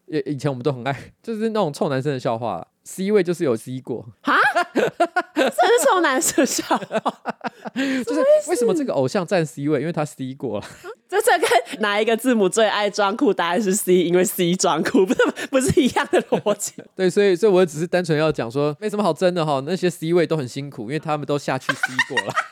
[SPEAKER 2] 也以前我们都很爱，就是那种臭男生的笑话啦。C 位就是有 C E 过，
[SPEAKER 1] 这是臭男生笑话，
[SPEAKER 2] 就是为什么这个偶像占 C 位？因为他 C 过了，
[SPEAKER 1] 这这跟哪一个字母最爱装酷？答案是 C，因为 C 装酷，不是不是一样的逻辑。
[SPEAKER 2] 对，所以所以我只是单纯要讲说，没什么好争的哈。那些 C 位都很辛苦，因为他们都下去 C 过了。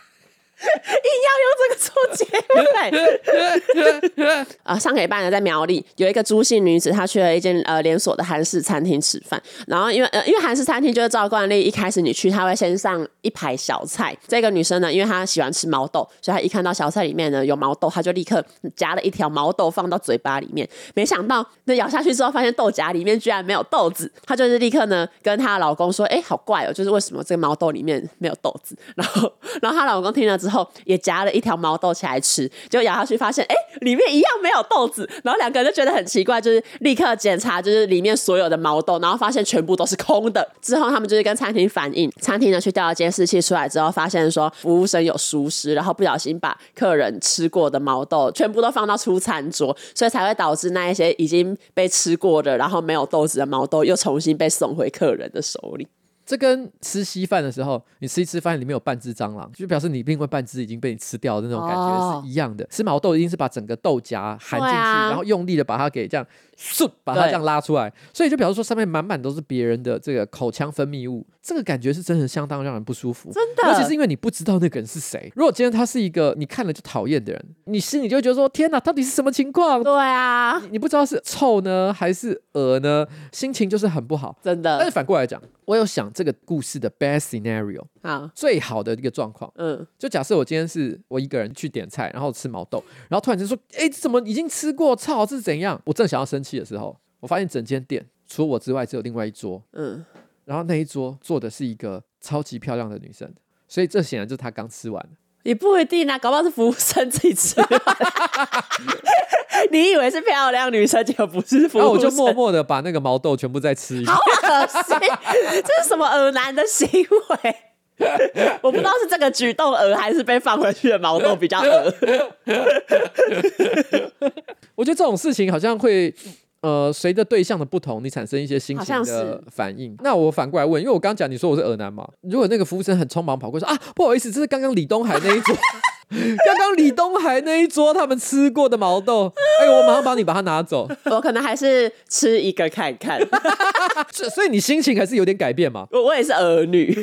[SPEAKER 1] 硬要用这个做结尾。啊，上个礼拜呢，在苗栗有一个朱姓女子，她去了一间呃连锁的韩式餐厅吃饭。然后因为呃，因为韩式餐厅就是照惯例，一开始你去，她会先上一排小菜。这个女生呢，因为她喜欢吃毛豆，所以她一看到小菜里面呢有毛豆，她就立刻夹了一条毛豆放到嘴巴里面。没想到那咬下去之后，发现豆荚里面居然没有豆子，她就是立刻呢跟她的老公说：“哎、好怪哦，就是为什么这个毛豆里面没有豆子？”然后，然后她老公听了之后也夹了一条毛豆起来吃，就咬下去发现，哎、里面一样没有豆子。然后两个人就觉得很奇怪，就是立刻检查，就是里面所有的毛豆，然后发现全部都是空的。之后他们就是跟餐厅反映，餐厅呢去调了监视器出来之后，发现说服务生有疏失，然后不小心把客人吃过的毛豆全部都放到出餐桌，所以才会导致那一些已经被吃过的，然后没有豆子的毛豆又重新被送回客人的手里。
[SPEAKER 2] 这跟吃稀饭的时候，你吃一吃饭里面有半只蟑螂，就表示你另外半只已经被你吃掉的那种感
[SPEAKER 1] 哦
[SPEAKER 2] 觉是一样的。吃毛豆一定是把整个豆荚含进
[SPEAKER 1] 对
[SPEAKER 2] 去，
[SPEAKER 1] 啊
[SPEAKER 2] 然后用力的把它给这样，嗖，把它
[SPEAKER 1] 对
[SPEAKER 2] 这样拉出来，所以就表示说上面满满都是别人的这个口腔分泌物，这个感觉是真的相当让人不舒服。
[SPEAKER 1] 真的
[SPEAKER 2] 尤其是因为你不知道那个人是谁。如果今天他是一个你看了就讨厌的人，你心里就会觉得说：天哪，到底是什么情况？
[SPEAKER 1] 对啊，
[SPEAKER 2] 你你不知道是臭呢还是恶呢，心情就是很不好。
[SPEAKER 1] 真
[SPEAKER 2] 但
[SPEAKER 1] 的
[SPEAKER 2] 是反过来讲，我有想这个故事的 best scenario
[SPEAKER 1] 啊，
[SPEAKER 2] 最好的一个状况，
[SPEAKER 1] 嗯，
[SPEAKER 2] 就假设我今天是我一个人去点菜，然后吃毛豆，然后突然间说，哎，怎么已经吃过？操，这是怎样？我正想要生气的时候，我发现整间店除我之外只有另外一桌，
[SPEAKER 1] 嗯，
[SPEAKER 2] 然后那一桌坐的是一个超级漂亮的女生，所以这显然就是她刚吃完。
[SPEAKER 1] 也不一定啊，搞不好是服务生自己吃完。你以为是漂亮女生，结果不是服务生。
[SPEAKER 2] 然后我就默默的把那个毛豆全部再吃一 遍
[SPEAKER 1] 好。恶心，这是什么恶男的行为？ 我不知道是这个举动恶，还是被放回去的毛豆比较 恶。
[SPEAKER 2] 我觉得这种事情好像会。呃，随着对象的不同，你产生一些心
[SPEAKER 1] 好
[SPEAKER 2] 情
[SPEAKER 1] 像
[SPEAKER 2] 的
[SPEAKER 1] 是
[SPEAKER 2] 反应。那我反过来问，因为我刚刚讲你说我是耳男嘛，如果那个服务生很匆忙跑过去说啊，不好意思，这是刚刚李东海那一桌， 刚刚李东海那一桌他们吃过的毛豆，哎呦，我马上把你把它拿走。
[SPEAKER 1] 我可能还是吃一个看看。
[SPEAKER 2] 所所以你心情还是有点改变嘛，
[SPEAKER 1] 我我也是儿女，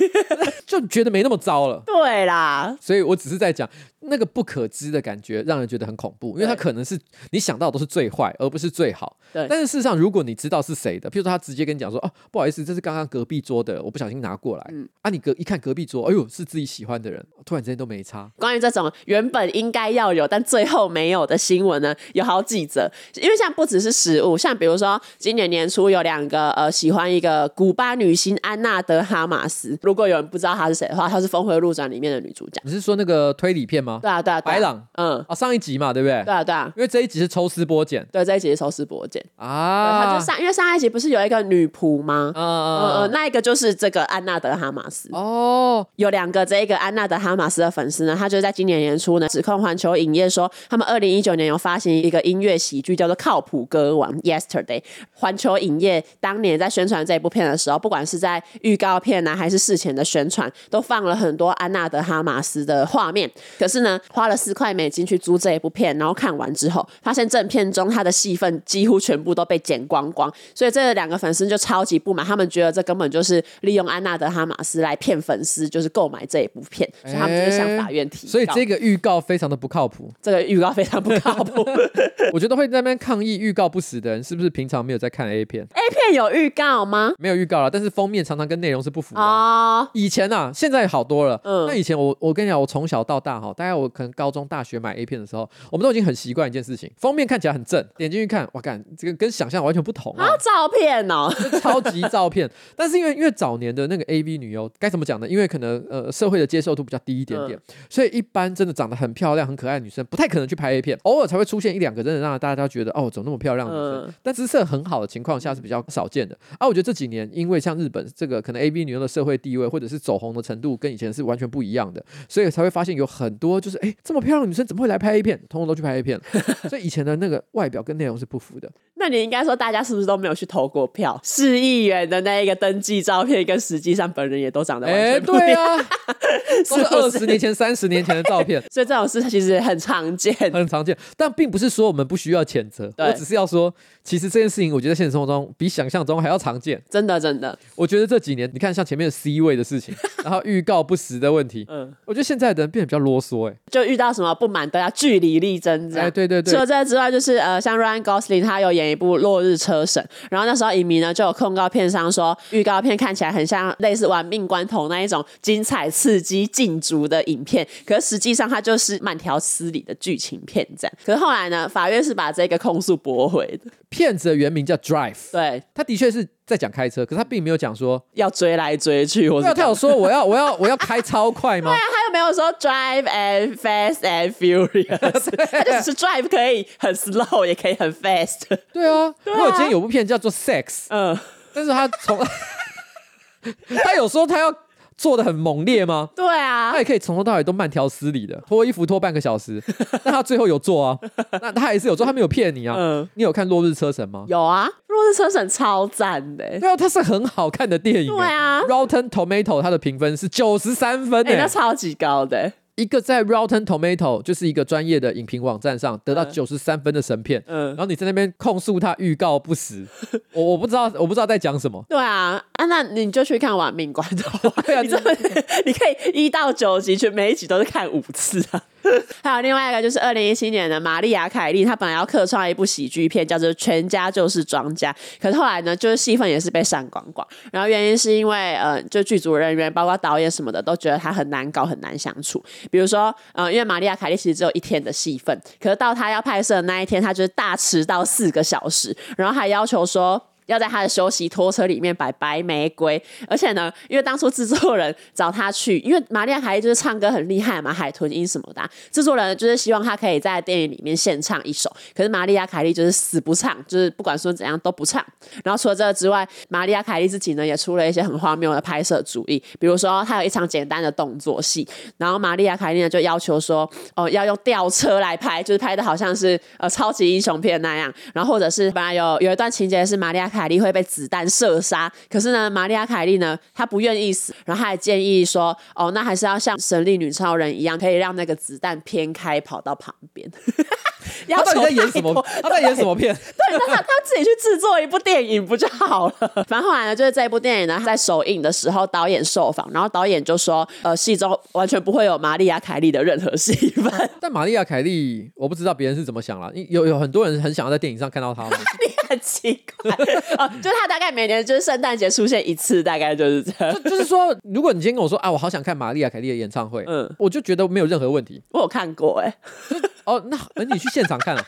[SPEAKER 2] 就觉得没那么糟 了。
[SPEAKER 1] 对啦，
[SPEAKER 2] 所以我只是在讲那个不可知的感觉，让人觉得很恐怖，因为它
[SPEAKER 1] 对
[SPEAKER 2] 可能是你想到的都是最坏，而不是最好。
[SPEAKER 1] 对
[SPEAKER 2] 但是事实上，如果你知道是谁的，譬如说他直接跟你讲说：“哦，不好意思，这是刚刚隔壁桌的，我不小心拿过来。
[SPEAKER 1] 嗯
[SPEAKER 2] 啊，你隔一看隔壁桌，哎呦，是自己喜欢的人，突然之间都没差。
[SPEAKER 1] 关于这种原本应该要有但最后没有的新闻呢，有好几则。因为像不只是食物，像比如说今年年初有两个呃喜欢一个古巴女星安娜德哈马斯，如果有人不知道她是谁的话，她是《峰回路转》里面的女主角。
[SPEAKER 2] 你是说那个推理片吗？
[SPEAKER 1] 对啊，对啊，对啊
[SPEAKER 2] 白朗，
[SPEAKER 1] 嗯，
[SPEAKER 2] 啊，上一集嘛，对不对？
[SPEAKER 1] 对啊，对啊，
[SPEAKER 2] 因为这一集是抽丝剥茧
[SPEAKER 1] 对，这一集是收视博见。呃
[SPEAKER 2] 啊，
[SPEAKER 1] 他就上，因为上一集不是有一个女仆吗？
[SPEAKER 2] 啊
[SPEAKER 1] 嗯嗯、
[SPEAKER 2] 啊
[SPEAKER 1] 呃，那一个就是这个安娜德哈马斯。
[SPEAKER 2] 哦，
[SPEAKER 1] 有两个这一个安娜德哈马斯的粉丝呢，他就在今年年初呢指控环球影业说，他们二零一九年有发行一个音乐喜剧叫做《靠谱歌王 Yesterday》。环球影业当年在宣传这部片的时候，不管是在预告片呢、还是事前的宣传，都放了很多安娜德哈马斯的画面。可是呢，花了四块美金去租这一部片，然后看完之后，发现正片中他的戏份几乎全部都被剪光光，所以这两个粉丝就超级不满，他们觉得这根本就是利用安娜德哈马斯来骗粉丝，就是购买这一部片，所以他们就是向法院提告。
[SPEAKER 2] 所以这个预告非常的不靠谱，
[SPEAKER 1] 这个预告非常不靠谱，A
[SPEAKER 2] 我觉得会在那边抗议预告不实的人，是不是平常没有在看 A 片？
[SPEAKER 1] 片有预告吗？
[SPEAKER 2] 没有预告了，但是封面常常跟内容是不符的啊。
[SPEAKER 1] 哦，
[SPEAKER 2] 以前啊，现在好多了。
[SPEAKER 1] 嗯
[SPEAKER 2] 那以前我我跟你讲，我从小到大哈，大概我可能高中、大学买 A 片的时候，我们都已经很习惯一件事情，封面看起来很正，点进去看，哇，干这个跟想象完全不同啊
[SPEAKER 1] 啊，，照片哦，
[SPEAKER 2] 超级照片。但是因为因为早年的那个 A V 女优该怎么讲呢？因为可能呃社会的接受度比较低一点点，所以一般真的长得很漂亮、很可爱的女生不太可能去拍 A 片，偶尔才会出现一两个真的让大家觉得哦，怎么那么漂亮的女生？
[SPEAKER 1] 嗯
[SPEAKER 2] 但姿色很好的情况下是比较少见的。啊，我觉得这几年因为像日本这个可能 A V 女优的社会地位或者是走红的程度跟以前是完全不一样的，所以才会发现有很多就是哎这么漂亮的女生怎么会来拍 A 片？通通都去拍 A 片，所以以前的那个外表跟内容是不符的。
[SPEAKER 1] 那你应该说大家是不是都没有去投过票？市议员的那一个登记照片跟实际上本人也都长得完
[SPEAKER 2] 哎、
[SPEAKER 1] 全不一
[SPEAKER 2] 对
[SPEAKER 1] 样，
[SPEAKER 2] 啊，
[SPEAKER 1] 是
[SPEAKER 2] 都是
[SPEAKER 1] 不
[SPEAKER 2] 二
[SPEAKER 1] 是，
[SPEAKER 2] 十年前、三十年前的照片
[SPEAKER 1] 所以这种事其实很常见。
[SPEAKER 2] 很常见。但并不是说我们不需要谴责，
[SPEAKER 1] 对
[SPEAKER 2] 我只是要说，其实这件事情，我觉得现实生活中比想象中还要常见。
[SPEAKER 1] 真的，真的，
[SPEAKER 2] 我觉得这几年，你看像前面的 C 位的事情，然后预告不实的问题，
[SPEAKER 1] 嗯，
[SPEAKER 2] 我觉得现在的人变得比较啰嗦、哎
[SPEAKER 1] 就遇到什么不满都要据理力争这
[SPEAKER 2] 哎，
[SPEAKER 1] 样。
[SPEAKER 2] 对对
[SPEAKER 1] 除
[SPEAKER 2] 对
[SPEAKER 1] 了，啊这之外，就是呃，像 Ryan Gosling 他有演一部《落日车神》，然后那时候影迷呢就有控告片商说，预告片看起来很像类似《玩命关头》那一种精彩刺激禁足的影片，可是实际上它就是慢条斯理的剧情片这样。可是后来呢，法院是把这个控诉驳回的，
[SPEAKER 2] 骗子的原名叫 Drive，
[SPEAKER 1] 对，
[SPEAKER 2] 他的确是在讲开车，可是他并没有讲说，
[SPEAKER 1] 要追来追去，我
[SPEAKER 2] 对啊，他有说我要我要我要开超 快吗？
[SPEAKER 1] 他又没有说 drive and fast and furious，他就只是 drive 可以很 slow，也可以很 fast。
[SPEAKER 2] 对啊，因为我今天有部片叫做 Sex，
[SPEAKER 1] 嗯，
[SPEAKER 2] 但是他从 他有时候他要做的很猛烈吗？
[SPEAKER 1] 对啊
[SPEAKER 2] 他，也可以从头到尾都慢条斯理的脱衣服脱半个小时，但他最后有做啊，那他也是有做，他没有骗你啊。
[SPEAKER 1] 嗯，
[SPEAKER 2] 你有看《落日车神》吗？
[SPEAKER 1] 有啊，《落日车神》超赞的、欸，
[SPEAKER 2] 对啊，它是很好看的电影欸。
[SPEAKER 1] 对啊
[SPEAKER 2] Rotten Tomato 它的评分是九十三分
[SPEAKER 1] 哎、
[SPEAKER 2] 诶、
[SPEAKER 1] 那超级高的、欸，
[SPEAKER 2] 一个在 Rotten Tomato 就是一个专业的影评网站上得到
[SPEAKER 1] 嗯
[SPEAKER 2] 九十三分的神片，
[SPEAKER 1] 嗯
[SPEAKER 2] 然。后你在那边控诉他预告不实，我我不知道我不知道在讲什么。
[SPEAKER 1] 对啊，啊，那你就去看《玩命关头》
[SPEAKER 2] 对啊
[SPEAKER 1] 你这么 你可以一到九集去，每一集都是看五次啊。 还有另外一个就是二零一七年的玛丽亚·凯莉，她本来要客串一部喜剧片，叫做《全家就是庄家》，可是后来呢，就是戏份也是被删光光。然后原因是因为呃，就剧组人员包括导演什么的都觉得她很难搞，很难相处。比如说呃，因为玛丽亚·凯莉其实只有一天的戏份，可是到她要拍摄的那一天，她就是大迟到四个小时，然后还要求说。要在他的休息拖车里面摆白玫瑰，而且呢，因为当初制作人找他去，因为玛丽亚·凯莉就是唱歌很厉害嘛，海豚音什么的啊、制作人就是希望他可以在电影里面现唱一首，可是玛丽亚·凯莉就是死不唱，就是不管说怎样都不唱。然后除了这个之外，玛丽亚·凯莉自己呢也出了一些很荒谬的拍摄主意，比如说她有一场简单的动作戏，然后玛丽亚·凯莉呢就要求说，哦，要用吊车来拍，就是拍的好像是呃超级英雄片那样。然后或者是本来有有一段情节是玛丽亚·凯凯莉会被子弹射杀，可是呢，玛利亚凯莉呢，她不愿意死，然后她还建议说，哦，那还是要像神力女超人一样，可以让那个子弹偏开跑到旁边。 要
[SPEAKER 2] 他到
[SPEAKER 1] 求
[SPEAKER 2] 底在演
[SPEAKER 1] 太
[SPEAKER 2] 什么
[SPEAKER 1] 多？
[SPEAKER 2] 他在演什么片？
[SPEAKER 1] 对，那他他自己去制作一部电影不就好了？ 反正后来呢，就是这一部电影呢，在首映的时候，导演受访，然后导演就说，呃，戏中完全不会有玛利亚凯莉的任何戏份。
[SPEAKER 2] 但玛利亚凯莉，我不知道别人是怎么想啦。因有有很多人很想要在电影上看到她嘛。
[SPEAKER 1] 你很奇怪哦，就是他大概每年就是圣诞节出现一次，大概就是这样。
[SPEAKER 2] 就是说，如果你今天跟我说啊，我好想看玛利亚凯莉的演唱会，
[SPEAKER 1] 嗯
[SPEAKER 2] 嗯，我就觉得没有任何问题。
[SPEAKER 1] 我有看过哎、
[SPEAKER 2] 哦，那呃你去现场看了、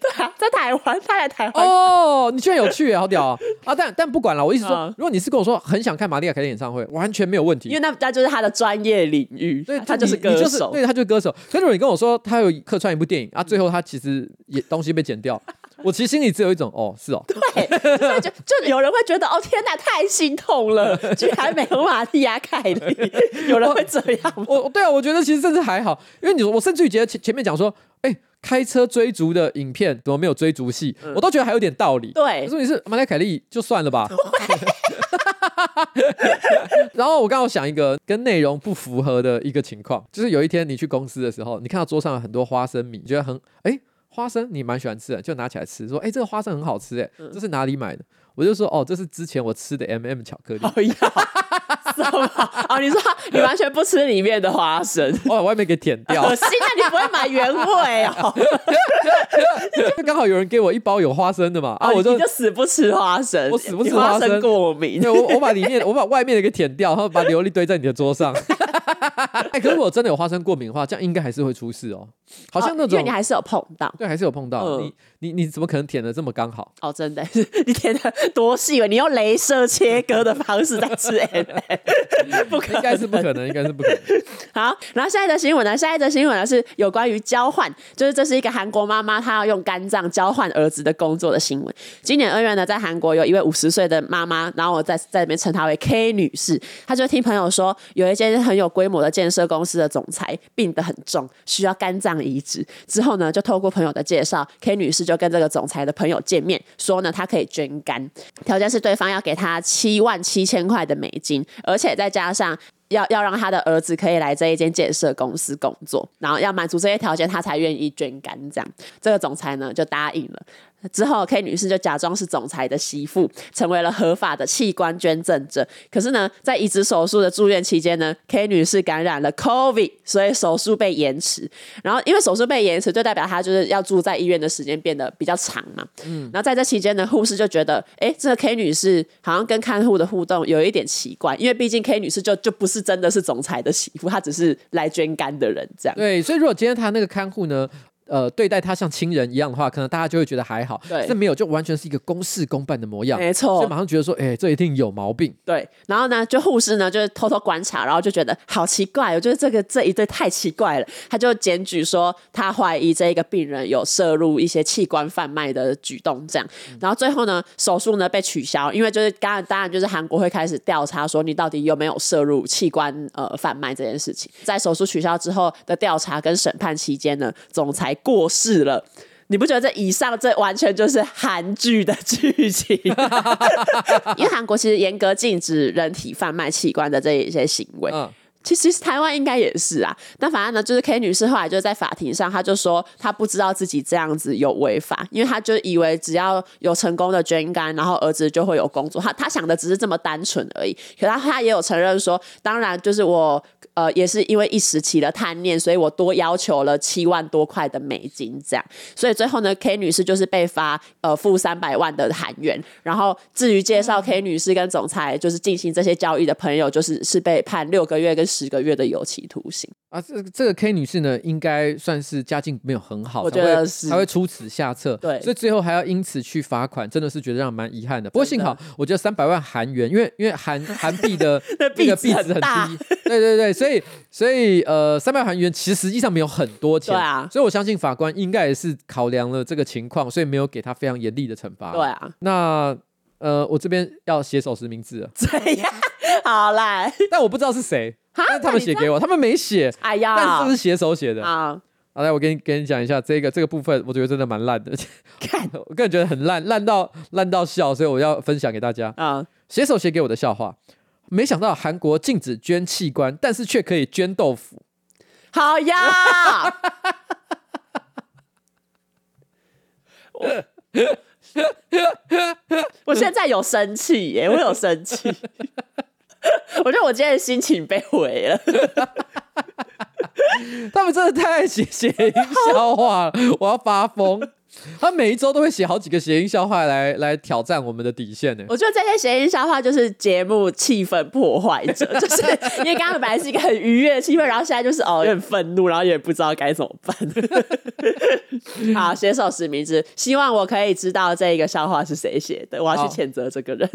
[SPEAKER 1] 对啊，在台湾，他来台湾。
[SPEAKER 2] 哦，你居然有去耶，好屌啊！啊，但但不管了，我意思说
[SPEAKER 1] 嗯，
[SPEAKER 2] 如果你是跟我说很想看玛利亚凯莉演唱会，完全没有问题
[SPEAKER 1] 因为。那那就是他的专业领域，
[SPEAKER 2] 对，
[SPEAKER 1] 他就是
[SPEAKER 2] 你
[SPEAKER 1] 歌
[SPEAKER 2] 你就是
[SPEAKER 1] 手。
[SPEAKER 2] 对，他就是歌手。所以如果你跟我说他有客串一部电影啊，最后他其实也东西被剪掉， 我其实心里只有一种哦，是哦，
[SPEAKER 1] 对，啊就是就就有人会觉得哦，天哪，太心痛了，居然没有玛利亚凯莉， 有人会这样吗？
[SPEAKER 2] 我对啊，我觉得其实甚至还好，因为你我甚至于觉得前前面讲说，哎、开车追逐的影片怎么没有追逐戏，我都觉得还有点道理。
[SPEAKER 1] 对
[SPEAKER 2] 可是你是马来凯莉就算了吧。 然后我刚好想一个跟内容不符合的一个情况，就是有一天你去公司的时候，你看到桌上有很多花生米，你觉得很哎、花生你蛮喜欢吃的，就拿起来吃，说哎、这个花生很好吃哎、这是哪里买的？我就说哦，这是之前我吃的 M、m 巧 克力。
[SPEAKER 1] 不哦要，什么？哦，你说你完全不吃里面的花 生，
[SPEAKER 2] 我把外面给舔掉，
[SPEAKER 1] 恶心啊！你不会买原味哦？
[SPEAKER 2] 就刚好有人给我一包有花生的嘛， 啊，
[SPEAKER 1] 哦
[SPEAKER 2] 我
[SPEAKER 1] 你
[SPEAKER 2] 就
[SPEAKER 1] 你就死不吃花生，
[SPEAKER 2] 我死不
[SPEAKER 1] 你
[SPEAKER 2] 吃
[SPEAKER 1] 花
[SPEAKER 2] 花生
[SPEAKER 1] 过敏
[SPEAKER 2] 对。我我把里面我把外面的给舔掉，然后把琉璃堆在你的桌上。 哎，可是我真的有花生过敏的话，这样应该还是会出事哦。好像那
[SPEAKER 1] 哦因
[SPEAKER 2] 种、
[SPEAKER 1] 为你还是有碰到
[SPEAKER 2] 对，还是有碰到、
[SPEAKER 1] 嗯
[SPEAKER 2] 你你你怎么可能舔的这么刚好？
[SPEAKER 1] 哦，真的， 你填的多细哦，你用镭射切割的方式在 吃 M，不可
[SPEAKER 2] 应该是不
[SPEAKER 1] 能。
[SPEAKER 2] 可 能，应该是不可能。
[SPEAKER 1] 好，然后下一则新闻呢？下一则新闻呢是有关于交换，就是这是一个韩国妈妈她要用肝脏交换儿子的工作的新闻。今年二月呢，在韩国有一位五十岁的妈妈，然后我在在这边称她为 K 女士，她就听朋友说有一间很有规模的建设公司的总裁病得很重，需要肝脏移植。之后呢，就透过朋友的介绍，K 女士就跟这个总裁的朋友见面，说呢她可以捐肝，条件是对方要给她七万七千块的美金，而且再加上要要让他的儿子可以来这一间建设公司工作，然后要满足这些条件，他才愿意捐肝。这样，这个总裁呢就答应了。之后，K 女士就假装是总裁的媳妇，成为了合法的器官捐赠者。可是呢，在移植手术的住院期间呢，K 女士感染了 COVID，所以手术被延迟。然后，因为手术被延迟，就代表她就是要住在医院的时间变得比较长嘛。然后在这期间呢，护士就觉得，哎，这个 K 女士好像跟看护的互动有一点奇怪，因为毕竟 K 女士就就不是真的是总裁的媳妇，她只是来捐肝的人这样。
[SPEAKER 2] 对，所以如果今天他那个看护呢，呃，对待他像亲人一样的话，可能大家就会觉得还好。
[SPEAKER 1] 对
[SPEAKER 2] 这没有，就完全是一个公事公办的模样。
[SPEAKER 1] 没错
[SPEAKER 2] 所以马上觉得说，哎、这一定有毛病。
[SPEAKER 1] 对，然后呢，就护士呢，就是偷偷观察，然后就觉得好奇怪，我觉得这个这一对太奇怪了，他就检举说他怀疑这一个病人有摄入一些器官贩卖的举动，这样，然后最后呢，手术呢被取消，因为就是当然当然就是韩国会开始调查说你到底有没有摄入器官呃贩卖这件事情，在手术取消之后的调查跟审判期间呢，总裁过世了。你不觉得这以上这完全就是韩剧的剧情？因为韩国其实严格禁止人体贩卖器官的这一些行为。
[SPEAKER 2] 嗯，
[SPEAKER 1] 其实台湾应该也是啊，但反正呢，就是 K 女士后来就在法庭上，她就说她不知道自己这样子有违法，因为她就以为只要有成功的捐肝，然后儿子就会有工作，她她想的只是这么单纯而已。可她她也有承认说，当然就是我呃也是因为一时起了贪念，所以我多要求了七万多块的美金这样，所以最后呢，K 女士就是被罚呃负三百万的韩元，然后至于介
[SPEAKER 2] 嗯
[SPEAKER 1] 绍 K 女士跟总裁就是进行这些交易的朋友，就是是被判六个月跟十个月的有期徒刑。
[SPEAKER 2] 啊，这这个 K 女士呢，应该算是家境没有很好，
[SPEAKER 1] 我
[SPEAKER 2] 才
[SPEAKER 1] 觉得
[SPEAKER 2] 会
[SPEAKER 1] 是
[SPEAKER 2] 才会出此下策。
[SPEAKER 1] 对
[SPEAKER 2] 所以最后还要因此去罚款，真的是觉得让人蛮遗憾的。不过
[SPEAKER 1] 真
[SPEAKER 2] 幸
[SPEAKER 1] 的
[SPEAKER 2] 好，我觉得三百万韩元，因为因为韩韩币的
[SPEAKER 1] 那
[SPEAKER 2] 那个
[SPEAKER 1] 币值
[SPEAKER 2] 币值很
[SPEAKER 1] 很大
[SPEAKER 2] 低，对对对，所以所以呃，三百万韩元其实实际上没有很多钱，
[SPEAKER 1] 对啊
[SPEAKER 2] 所以我相信法官应该也是考量了这个情况，所以没有给他非常严厉的惩罚。
[SPEAKER 1] 对，啊，
[SPEAKER 2] 那。呃，我这边要写手实名 制了，
[SPEAKER 1] 这 样好啦，
[SPEAKER 2] 但我不知道是谁，
[SPEAKER 1] 哈
[SPEAKER 2] 但是他们写给我，他们没写，
[SPEAKER 1] 哎
[SPEAKER 2] 但是
[SPEAKER 1] 呀
[SPEAKER 2] 这是，写手写的。
[SPEAKER 1] 啊，
[SPEAKER 2] 好，来，我给你给你讲一下这个这个部分，我觉得真的蛮烂的，
[SPEAKER 1] 看
[SPEAKER 2] 我个人觉得很烂，烂到烂到笑，所以我要分享给大家。
[SPEAKER 1] 啊，
[SPEAKER 2] 写手写给我的笑话，没想到韩国禁止捐器官，但是却可以捐豆腐。
[SPEAKER 1] 好呀。我 我现在有生气耶，我有生气。 我觉得我今天的心情被毁了。
[SPEAKER 2] 他们真的太爱写谐音笑话了，我要发疯。他每一周都会写好几个谐音笑话来来挑战我们的底线呢。
[SPEAKER 1] 我觉得这些谐音笑话就是节目气氛破坏者，就是因为刚刚本来是一个很愉悦的气氛，然后现在就是哦有点愤怒，然后也不知道该怎么办。好，写手实名制，希望我可以知道这一个笑话是谁写的，我要去谴责这个人。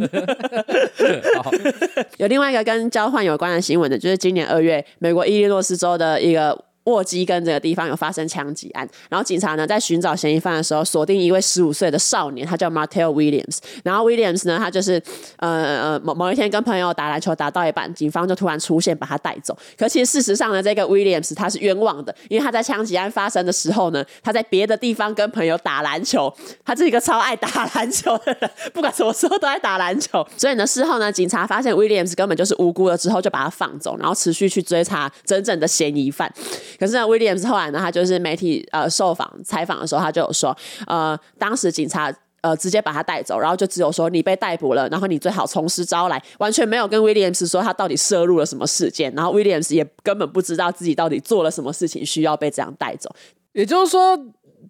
[SPEAKER 2] 好，
[SPEAKER 1] 有另外一个跟交换有关的新闻的，就是今年二月，美国伊利诺斯州的一个。沃基根这个地方有发生枪击案，然后警察呢在寻找嫌疑犯的时候，锁定一位十五岁的少年，他叫 Martel Williams。然后 Williams 呢，他就是呃呃某某一天跟朋友打篮球打到一半，警方就突然出现把他带走。可其实事实上呢，这个 Williams 他是冤枉的，因为他在枪击案发生的时候呢，他在别的地方跟朋友打篮球，他是一个超爱打篮球的人，不管什么时候都爱打篮球。 所以呢，事后呢，警察发现 Williams 根本就是无辜了，之后就把他放走，然后持续去追查真正的嫌疑犯。可是呢，Williams 后来呢，他就是媒体呃受访采访的时候，他就有说，呃，当时警察。呃，直接把他带走，然后就只有说你被逮捕了，然后你最好从实招来，完全没有跟 Williams 说他到底涉入了什么事件，然后 Williams 也根本不知道自己到底做了什么事情需要被这样带走。
[SPEAKER 2] 也就是说，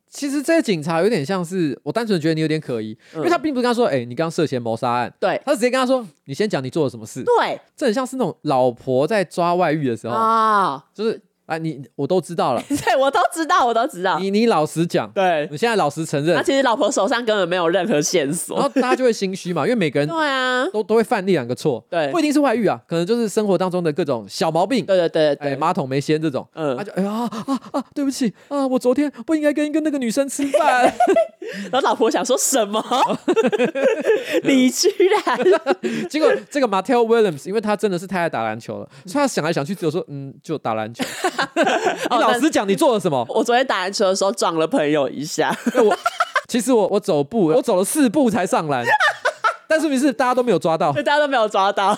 [SPEAKER 2] 其实这些警察有点像是我单纯觉得你有点可疑，因为他并不是跟他说，哎、你刚涉嫌谋杀案，
[SPEAKER 1] 对
[SPEAKER 2] 他直接跟他说，你先讲你做了什么事。
[SPEAKER 1] 对
[SPEAKER 2] 这很像是那种老婆在抓外遇的时候，
[SPEAKER 1] 啊，
[SPEAKER 2] 就是啊，你我都知道了，
[SPEAKER 1] 对我都知道，我都知道。
[SPEAKER 2] 你你老实讲，
[SPEAKER 1] 对，
[SPEAKER 2] 你现在老实承认
[SPEAKER 1] 那，其实老婆手上根本没有任何线
[SPEAKER 2] 然
[SPEAKER 1] 索
[SPEAKER 2] 后。大家就会心虚嘛，因为每个人
[SPEAKER 1] 对啊，
[SPEAKER 2] 都都会犯一两个错，
[SPEAKER 1] 对
[SPEAKER 2] 不一定是外遇啊，可能就是生活当中的各种小毛病，
[SPEAKER 1] 对对对
[SPEAKER 2] 哎，
[SPEAKER 1] 对对，
[SPEAKER 2] 马桶没掀这种，
[SPEAKER 1] 嗯
[SPEAKER 2] 他就哎呀啊啊啊，对不起啊，我昨天不应该跟跟那个女生吃饭，
[SPEAKER 1] 然后老婆想说什么？ 你居然
[SPEAKER 2] 结果这个 Mattel Williams，因为他真的是太爱打篮球了，所以他想来想去，只有说嗯，就 打篮球。你老实
[SPEAKER 1] 哦
[SPEAKER 2] 讲，你做了什么？
[SPEAKER 1] 我昨天打篮球的时候撞了朋友一下，
[SPEAKER 2] 因 为我其实我我走步，我走了四步才上篮， 但是问题是大家都没有抓到
[SPEAKER 1] 大。家都没有抓到。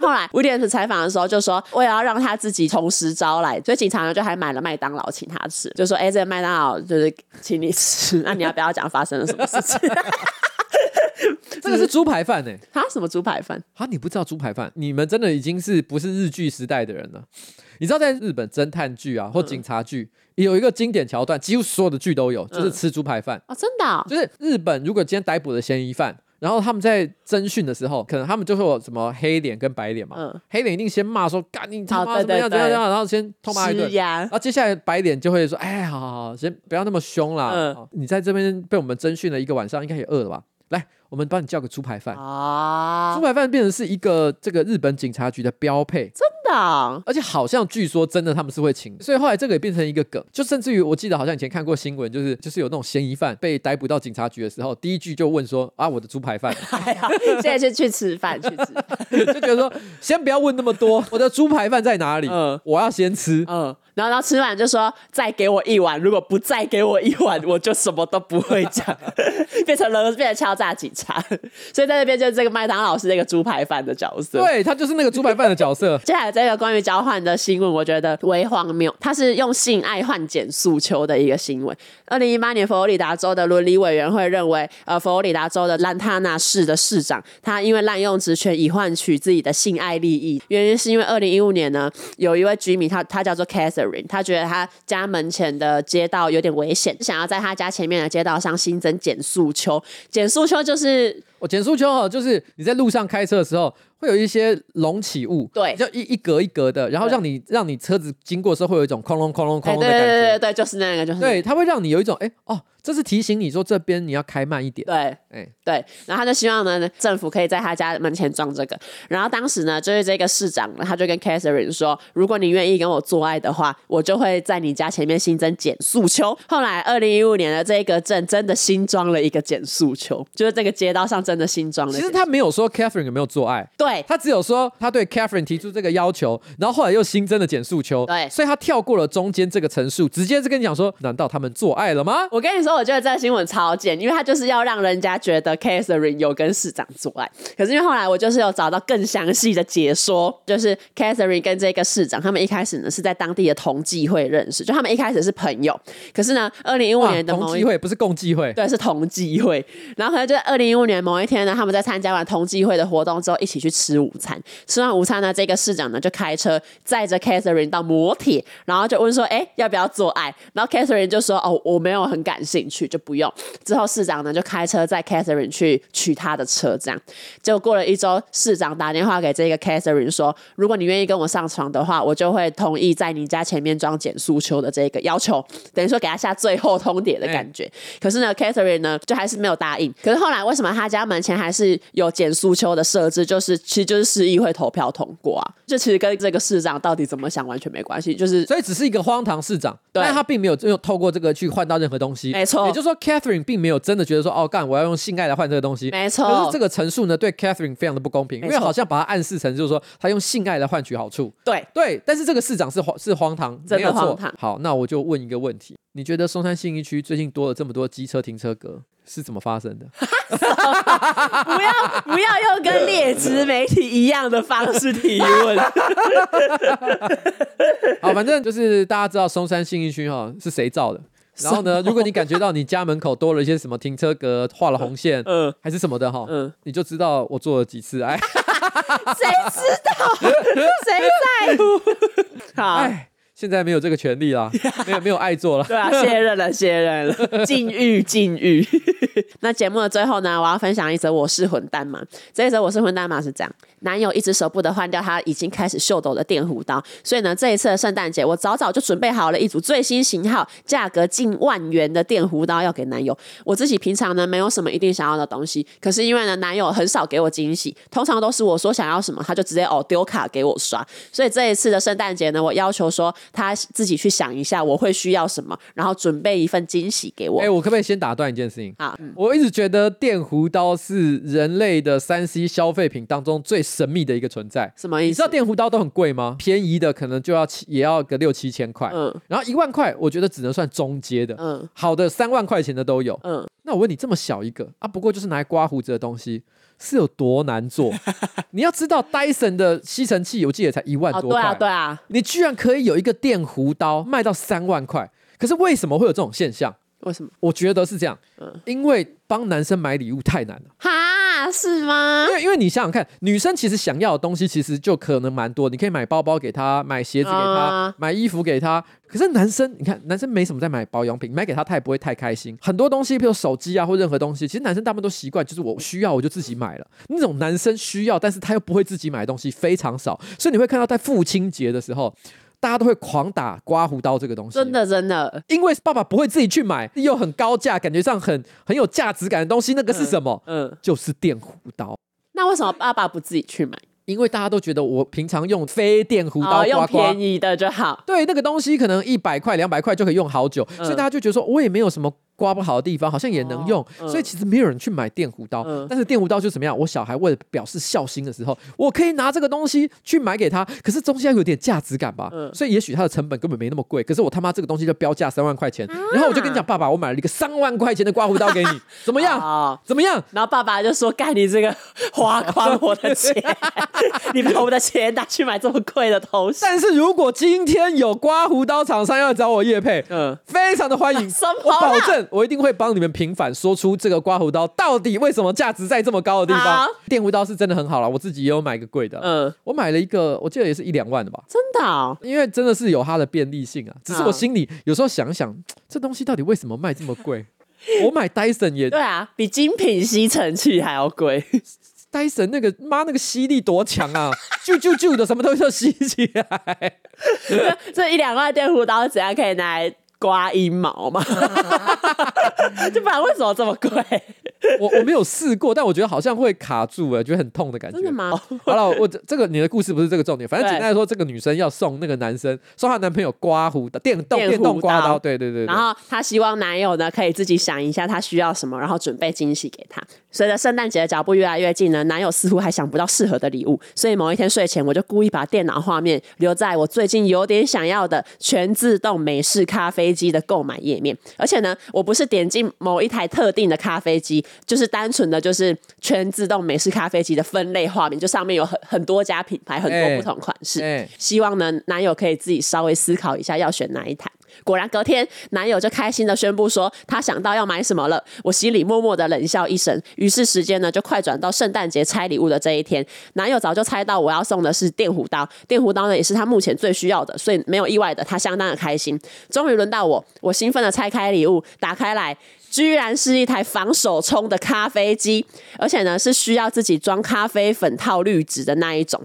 [SPEAKER 1] 后来威廉斯采访的时候就说，为了要让他自己从实招来，所以警察呢就还买了麦当劳请他吃，就说：“哎、这个麦当劳就是请你吃，那你要不要讲发生了什么事情？
[SPEAKER 2] 这个是猪排饭呢、
[SPEAKER 1] 他什么猪排饭？
[SPEAKER 2] 啊，你不知道猪排饭？你们真的已经是不是日剧时代的人了？你知道在日本侦探剧
[SPEAKER 1] 嗯
[SPEAKER 2] 啊或警察剧、有一个经典桥段，几乎所有的剧都
[SPEAKER 1] 嗯
[SPEAKER 2] 有，就是吃猪排饭。
[SPEAKER 1] 哦，真的哦、
[SPEAKER 2] 就是日本如果今天逮捕了嫌疑犯，然后他们在侦讯的时候，可能他们就会有什么黑脸跟白脸嘛，
[SPEAKER 1] 嗯
[SPEAKER 2] 黑脸一定先骂说干你他
[SPEAKER 1] 哦
[SPEAKER 2] 妈
[SPEAKER 1] 对
[SPEAKER 2] 怎么样
[SPEAKER 1] 对
[SPEAKER 2] 怎么样
[SPEAKER 1] 对
[SPEAKER 2] 怎么样，然后先痛骂一顿
[SPEAKER 1] 是。呀
[SPEAKER 2] 然，啊后接下来白脸就会说：“哎，好好好，先不要那么凶啦。
[SPEAKER 1] 嗯
[SPEAKER 2] 哦你在这边被我们侦讯了一个晚上，应该也饿了吧？来，我们帮你叫个猪排饭。
[SPEAKER 1] 啊
[SPEAKER 2] 猪，排饭变成是一个这个日本警察局的标配，
[SPEAKER 1] 真的哦、
[SPEAKER 2] 而且好像据说真的他们是会请的，所以后来这个也变成一个梗，就甚至于我记得好像以前看过新闻，就是就是有那种嫌疑犯被逮捕到警察局的时候，第一句就问说啊我的猪排 饭，
[SPEAKER 1] 还好，现在是去吃饭，去吃饭。
[SPEAKER 2] 就觉得说先不要问那么多，我的猪排饭在哪里？
[SPEAKER 1] 嗯
[SPEAKER 2] 我要先吃。
[SPEAKER 1] 嗯，然后然后吃完就说再给我一碗，如果不再给我一碗，我就什么都不会讲， 变成了变成敲诈警察。所以在这边就是这个麦当劳是这个猪排饭的角色。，
[SPEAKER 2] 对他就是那个猪排饭的角色
[SPEAKER 1] 接下来这个关于交换的新闻，我觉得为荒谬。它是用性爱换检诉求的一个新闻。二零一八年佛罗里达州的伦理委员会认为，呃，佛罗里达州的兰塔纳市的市长，他因为滥用职权以换取自己的性爱利益，原因是因为二零一五年呢，有一位居民他他叫做 Catherine，他觉得他家门前的街道有点危险，想要在他家前面的街道上新增减速丘。减速丘就是
[SPEAKER 2] 我简述秋哦，就是你在路上开车的时候，会有一些隆起物，
[SPEAKER 1] 对
[SPEAKER 2] 就一一格一格的，然后让你让你车子经过的时候会有一种哐隆哐隆哐
[SPEAKER 1] 哎，
[SPEAKER 2] 隆
[SPEAKER 1] 对
[SPEAKER 2] 的
[SPEAKER 1] 对
[SPEAKER 2] 感
[SPEAKER 1] 对对
[SPEAKER 2] 觉，
[SPEAKER 1] 对，嗯就是那个，就是那个
[SPEAKER 2] 对，它会让你有一种哎哦，这是提醒你说这边你要开慢一点，
[SPEAKER 1] 对。
[SPEAKER 2] 哎，
[SPEAKER 1] 对，然后他就希望呢，政府可以在他家门前装这个。然后当时呢，就是这个市长呢，他就跟 Catherine 说，如果你愿意跟我做爱的话，我就会在你家前面新增减速丘。后来，二零一五年的这个镇真的新装了一个减速丘，就是这个街道上真的新装了一
[SPEAKER 2] 其
[SPEAKER 1] 个。
[SPEAKER 2] 实他没有说 Catherine 有没有做爱，
[SPEAKER 1] 对对
[SPEAKER 2] 他只有说他对 Catherine 提出这个要求，然后后来又新增了简述秋，
[SPEAKER 1] 对
[SPEAKER 2] 所以他跳过了中间这个陈述，直接就跟你讲说，难道他们做爱了吗？
[SPEAKER 1] 我跟你说，我觉得这个新闻超贱，因为他就是要让人家觉得 Catherine 有跟市长做爱。可是因为后来我就是有找到更详细的解说，就是 Catherine 跟这个市长，他们一开始呢是在当地的同济会认识，就他们一开始是朋友。可是呢，二零一五
[SPEAKER 2] 哇
[SPEAKER 1] 年的
[SPEAKER 2] 同
[SPEAKER 1] 某一
[SPEAKER 2] 机会不是共济会，
[SPEAKER 1] 对，是同济会。然后可能就在二零一五年某一天呢，他们在参加完同济会的活动之后，一起去吃午餐。吃完午餐呢，这个市长呢就开车载着 Catherine 到摩铁，然后就问说：“哎，要不要做爱？”然后 Catherine 就说：“哦，我没有很感兴趣，就不用。”之后市长呢就开车载 Catherine 去取他的车，这样。结果过了一周，市长打电话给这个 Catherine 说：“如果你愿意跟我上床的话，我就会同意在你家前面装减速球的这个要求， 等于说给他下最后通牒的感觉。可是呢，Catherine 呢就还是没有答应。可是后来为什么他家门前还是有减速球的设置？就是其实就是市议会投票通过啊，这其实跟这个市长到底怎么想完全没关系，就是
[SPEAKER 2] 所以只是一个荒唐市长，
[SPEAKER 1] 对
[SPEAKER 2] 但他并没有用透过这个去换到任何东西，
[SPEAKER 1] 没错
[SPEAKER 2] 也就是说，Catherine 并没有真的觉得说，哦，干，我要用性爱来换这个东西，
[SPEAKER 1] 没错
[SPEAKER 2] 可是这个陈述呢，对 Catherine 非常的不公平，因
[SPEAKER 1] 没错
[SPEAKER 2] 为好像把他暗示成就是说，他用性爱来换取好处。
[SPEAKER 1] 对。
[SPEAKER 2] 对，但是这个市长是荒是荒唐，
[SPEAKER 1] 真的
[SPEAKER 2] 没有错
[SPEAKER 1] 荒唐
[SPEAKER 2] 好，那我就问一个问题：你觉得松山信义区最近多了这么多机车停车格是怎么发生的？
[SPEAKER 1] 不要不要用跟劣质媒体一样的方式提 问，
[SPEAKER 2] 好，反正就是大家知道松山信义区哈是谁造的。然后呢，如果你感觉到你家门口多了一些什么停车格、画了红线，
[SPEAKER 1] 嗯
[SPEAKER 2] 还是什么的哈，
[SPEAKER 1] 嗯
[SPEAKER 2] 你就知道我做了几次 爱。
[SPEAKER 1] 谁知道？谁在乎？好，
[SPEAKER 2] 哎，现在没有这个权 利啦，没有没有爱做了。
[SPEAKER 1] 对啊，卸任了，卸任了，禁欲，禁欲。那节目的最后呢，我要分享一则我是混蛋嘛。这一则我是混蛋嘛是这样，男友一直舍不得换掉他已经开始秀抖的电弧刀，所以呢，这一次的圣诞节，我早早就准备好了一组最新型号、价格近万元的电弧刀要给男友。我自己平常呢没有什么一定想要的东西，可是因为呢男友很少给我惊喜，通常都是我说想要什么，他就直接哦丢卡给我刷。所以这一次的圣诞节呢，我要求说他自己去想一下我会需要什么，然后准备一份惊喜 给我。
[SPEAKER 2] 哎，我可不可以先打断一件事情？
[SPEAKER 1] 好，
[SPEAKER 2] 我一直觉得电弧刀是人类的三 C 消费品当中最神秘的一个存在。
[SPEAKER 1] 什么
[SPEAKER 2] 你
[SPEAKER 1] 意
[SPEAKER 2] 知
[SPEAKER 1] 思
[SPEAKER 2] 道？电弧刀都很贵吗？便宜的可能就要七也要个六七千块，
[SPEAKER 1] 嗯
[SPEAKER 2] 然后一万块，我觉得只能算中阶的，
[SPEAKER 1] 嗯
[SPEAKER 2] 好的三万块钱的都有。
[SPEAKER 1] 嗯，
[SPEAKER 2] 那我问你，这么小一个啊，不过就是拿来刮胡子的东西，是有多难做？ 你要知道，Dyson 的吸尘器我记得也才一万
[SPEAKER 1] 哦，
[SPEAKER 2] 多
[SPEAKER 1] 对
[SPEAKER 2] 块，
[SPEAKER 1] 啊对啊，
[SPEAKER 2] 你居然可以有一个电弧刀卖到三万块，可是为什么会有这种现象？
[SPEAKER 1] 为什么？
[SPEAKER 2] 我觉得是这样，
[SPEAKER 1] 嗯
[SPEAKER 2] 因为帮男生买礼物太难了。
[SPEAKER 1] 哈，是吗
[SPEAKER 2] 因？为因为你想想看，女生其实想要的东西其实就可能蛮多，你可以买包包给她，买鞋子给她
[SPEAKER 1] 啊，
[SPEAKER 2] 买衣服给她。可是男生，你看男生没什么在买保养品，买给他他也不会太开心。很多东西，比如手机啊或任何东西，其实男生大部分都习惯，就是我需要我就自己买了。那种男生需要，但是他又不会自己买的东西非常少，所以你会看到在父亲节的时候，大家都会狂打刮胡刀这个东西。
[SPEAKER 1] 真的真的，
[SPEAKER 2] 因为爸爸不会自己去买，又很高价，感觉上很很有价值感的东西，那个是什么？
[SPEAKER 1] 嗯，
[SPEAKER 2] 就是电弧刀。
[SPEAKER 1] 那为什么爸爸不自己去买？
[SPEAKER 2] 因为大家都觉得我平常用非电弧刀
[SPEAKER 1] 哦，用
[SPEAKER 2] 刮刮，
[SPEAKER 1] 便宜的就好。
[SPEAKER 2] 对那个东西可能一百块、两百块就可以用好久，
[SPEAKER 1] 嗯
[SPEAKER 2] 所以大家就觉得说我也没有什么刮不好的地方，好像也能用，
[SPEAKER 1] 哦嗯
[SPEAKER 2] 所以其实没有人去买电弧刀。
[SPEAKER 1] 嗯
[SPEAKER 2] 但是电弧刀就怎么样？我小孩为了表示孝心的时候，我可以拿这个东西去买给他，可是东西要有点价值感吧。
[SPEAKER 1] 嗯
[SPEAKER 2] 所以也许它的成本根本没那么贵，可是我他妈这个东西就标价三万块钱，
[SPEAKER 1] 啊
[SPEAKER 2] 然后我就跟你讲，爸爸，我买了一个三万块钱的刮胡刀给你，怎么样？
[SPEAKER 1] 哦
[SPEAKER 2] 怎么样？
[SPEAKER 1] 然后爸爸就说：“干你这个 花光我的 钱，你把我的钱拿去买这么贵的头饰。
[SPEAKER 2] 但是如果今天有刮胡刀厂商要找我叶配，”
[SPEAKER 1] 嗯，
[SPEAKER 2] 非常的 欢迎
[SPEAKER 1] 什么啦，
[SPEAKER 2] 我保证我一定会帮你们平反，说出这个刮胡刀到底为什么价值在这么高的地方
[SPEAKER 1] 好。
[SPEAKER 2] 电弧刀是真的很好了，我自己也有买一个贵的，
[SPEAKER 1] 嗯
[SPEAKER 2] 我买了一个，我记得也是一两万的吧，
[SPEAKER 1] 真的哦、
[SPEAKER 2] 因为真的是有它的便利性啊。只是
[SPEAKER 1] 嗯
[SPEAKER 2] 我心里有时候想想，这东西到底为什么卖这么贵？ 我买 Dyson 也
[SPEAKER 1] 对啊，比精品吸尘器还要贵。
[SPEAKER 2] ，Dyson 那个妈那个吸力多强啊，啾啾啾的什么东西都吸起来。
[SPEAKER 1] 这一两万电弧刀怎样可 以拿来刮阴毛吗？就不然为什么这么贵？
[SPEAKER 2] 我我没有试过，但我觉得好像会卡住哎、觉得很痛的感觉
[SPEAKER 1] 真。的吗？
[SPEAKER 2] 好了，我这这个你的故事不是这个重点，反正
[SPEAKER 1] 对
[SPEAKER 2] 简单来说，这个女生要送那个男生，送她男朋友刮胡刀，电动
[SPEAKER 1] 电
[SPEAKER 2] 电动
[SPEAKER 1] 胡
[SPEAKER 2] 刮
[SPEAKER 1] 刀
[SPEAKER 2] 刀，对对对对
[SPEAKER 1] 然。后她希望男友呢可以自己想一下他需要什么，然后准备惊喜给她。随着圣诞节的脚步越来越近呢，男友似乎还想不到适合的礼物，所以某一天睡前，我就故意把电脑画面留在我最近有点想要的全自动美式咖啡机的购买页面。而且呢，我不是点进某一台特定的咖啡机，就是单纯的就是全自动美式咖啡机的分类画面，就上面有很很多家品牌，很
[SPEAKER 2] 哎
[SPEAKER 1] 多不同款式。
[SPEAKER 2] 哎
[SPEAKER 1] 希望呢男友可以自己稍微思考一下要选哪一台。果然隔天，男友就开心的宣布说他想到要买什么了。我心里默默的冷笑一声。于是时间呢就快转到圣诞节拆礼物的这一天。男友早就猜到我要送的是电弧刀，电弧刀呢也是他目前最需要的，所以没有意外的，他相当的开心。终于轮到我，我兴奋的拆开礼物，打开来。居然是一台防手冲的咖啡机，而且呢是需要自己装咖啡粉套滤纸的那一种。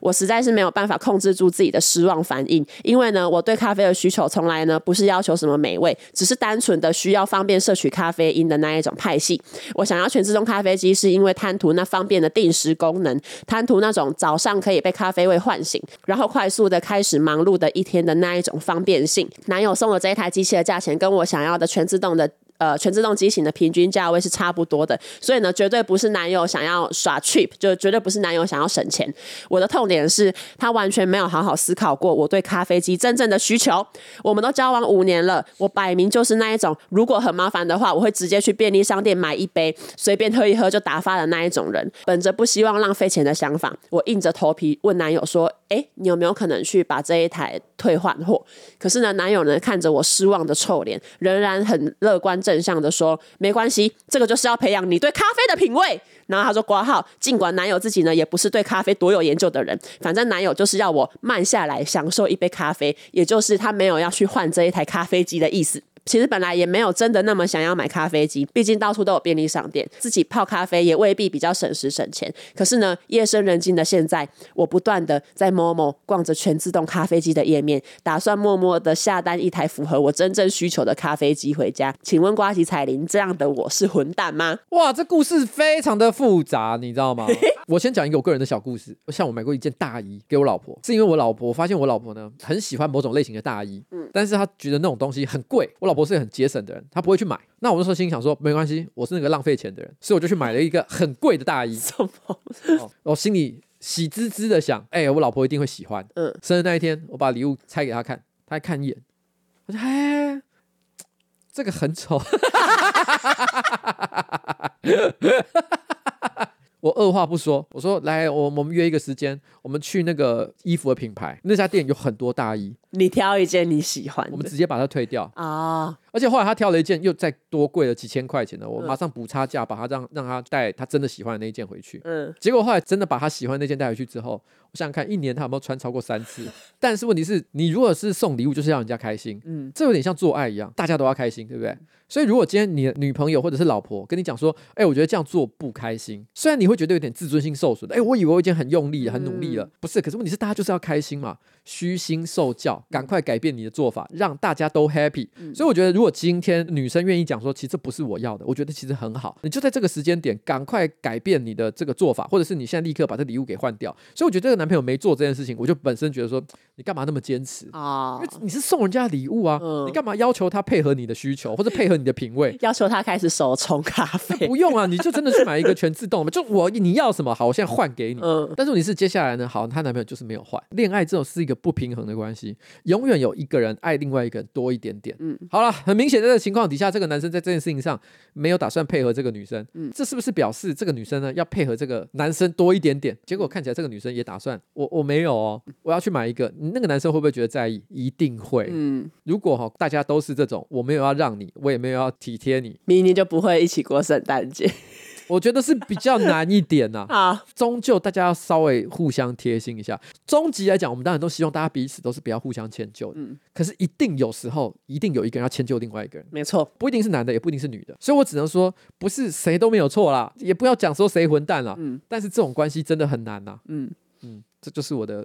[SPEAKER 1] 我实在是没有办法控制住自己的失望反应，因为呢，我对咖啡的需求从来呢不是要求什么美味，只是单纯的需要方便摄取咖啡因的那一种派系。我想要全自动咖啡机，是因为贪图那方便的定时功能，贪图那种早上可以被咖啡味唤醒，然后快速的开始忙碌的一天的那一种方便性。男友送我这一台机器的价钱，跟我想要的全自动的。呃，全自动机型的平均价位是差不多的，所以呢，绝对不是男友想要耍 cheap，就绝对不是男友想要省钱。我的痛点是他完全没有好好思考过我对咖啡机真正的需求。我们都交往五年了，我摆明就是那一种，如果很麻烦的话，我会直接去便利商店买一杯，随便喝一喝就打发的那一种人。本着不希望浪费钱的想法，我硬着头皮问男友说：“哎、你有没有可能去把这一台退换货？”可是呢，男友呢看着我失望的臭脸，仍然很乐观正向的说：“没关系，这个就是要培养你对咖啡的品味。”然后他说挂号，尽管男友自己呢也不是对咖啡多有研究的人，反正男友就是要我慢下来享受一杯咖啡，也就是他没有要去换这一台咖啡机的意思。其实本来也没有真的那么想要买咖啡机，毕竟到处都有便利商店，自己泡咖啡也未必比较省时省钱。可是呢，夜深人静的现在，我不断的在 Momo 逛着全自动咖啡机的页面，打算默默的下单一台符合我真正需求的咖啡机回家。请问瓜吉彩铃，这样的我是混蛋吗？
[SPEAKER 2] 哇，这故事非常的复杂，你知道吗？我先讲一个我个人的小故事。像我买过一件大衣给我老婆，是因为我老婆我发现我老婆呢很喜欢某种类型的大衣，嗯，但是她觉得那种东西很贵。我老婆是个很节省的人，她不会去买。那我那时候心想说，没关系，我是那个浪费钱的人，所以我就去买了一个很贵的大 衣。
[SPEAKER 1] 什么？
[SPEAKER 2] 哦我心里喜滋滋的想，哎、我老婆一定会喜欢。
[SPEAKER 1] 嗯
[SPEAKER 2] 生日那一天，我把礼物拆给她看，她看一眼，我说：“哎，这个很丑。” 我二话不说，我说：“来，我我们约一个时间，我们去那个衣服的品牌，那家店有很多大衣，
[SPEAKER 1] 你挑一件你喜欢
[SPEAKER 2] 我 们
[SPEAKER 1] 的
[SPEAKER 2] 直接把它退掉。”
[SPEAKER 1] 啊、
[SPEAKER 2] 而且后来他挑了一件又再多贵了几千块钱的，我马上补差价，把它让让他带他真的喜欢的那一件回去。
[SPEAKER 1] 嗯，
[SPEAKER 2] 结果后来真的把他喜欢那件带回去之后，我想想看，一年他有没有穿超过三次？但是问题是，你如果是送礼物，就是要人家开心，嗯
[SPEAKER 1] 嗯，
[SPEAKER 2] 这有点像做爱一样，大家都要开心，对不对？所以如果今天你的女朋友或者是老婆跟你讲说，哎、我觉得这样做不开心，虽然你会觉得有点自尊心受损，哎、我以为我已经很用力了、很努力了，不是？可是问题是，大家就是要开心嘛，虚心受教，赶快改变你的做法，让大家都 happy。所以我觉得，如果今天女生愿意讲说，其实这不是我要的，我觉得其实很好，你就在这个时间点赶快改变你的这个做法，或者是你现在立刻把这礼物给换掉。所以我觉得这个男朋友没做这件事情，我就本身觉得说，你干嘛那么坚持？
[SPEAKER 1] 哦
[SPEAKER 2] 因为，你是送人家礼物啊，
[SPEAKER 1] 嗯
[SPEAKER 2] 你干嘛要求他配合你的需求，或者配合你的品味？
[SPEAKER 1] 要求他开始手冲咖 啡。
[SPEAKER 2] 不用啊，你就真的去买一个全自动的，就我你要什么好，我现在换给你。
[SPEAKER 1] 嗯
[SPEAKER 2] 但是你是接下来呢？好，她男朋友就是没有换。恋爱这种是一个不平衡的关系，永远有一个人爱另外一个人多一点点。嗯，好了，很明显在这个情况底下，这个男生在这件事情上没有打算配合这个女生。嗯，这是不是表示这个女生呢要配合这个男生多一点点？结果看起来这个女生也打算，我我没有哦，我要去买一个。那个男生会不会觉得在意？一定会。
[SPEAKER 1] 嗯，
[SPEAKER 2] 如果哈、大家都是这种，我没有要让你，我也没有要体贴你，
[SPEAKER 1] 明年就不会一起过圣诞节
[SPEAKER 2] 我觉得是比较难一 点呐、
[SPEAKER 1] 啊。
[SPEAKER 2] 终究大家要稍微互相贴心一下。终极来讲，我们当然都希望大家彼此都是不要互相迁就的。
[SPEAKER 1] 嗯
[SPEAKER 2] 可是一定有时候，一定有一个人要迁就另外一个人，
[SPEAKER 1] 没错，
[SPEAKER 2] 不一定是男的，也不一定是女的。所以我只能说，不是谁都没有错啦，也不要讲说谁混蛋啦。
[SPEAKER 1] 嗯
[SPEAKER 2] 但是这种关系真的很难呐、
[SPEAKER 1] 嗯，
[SPEAKER 2] 嗯，这就是我的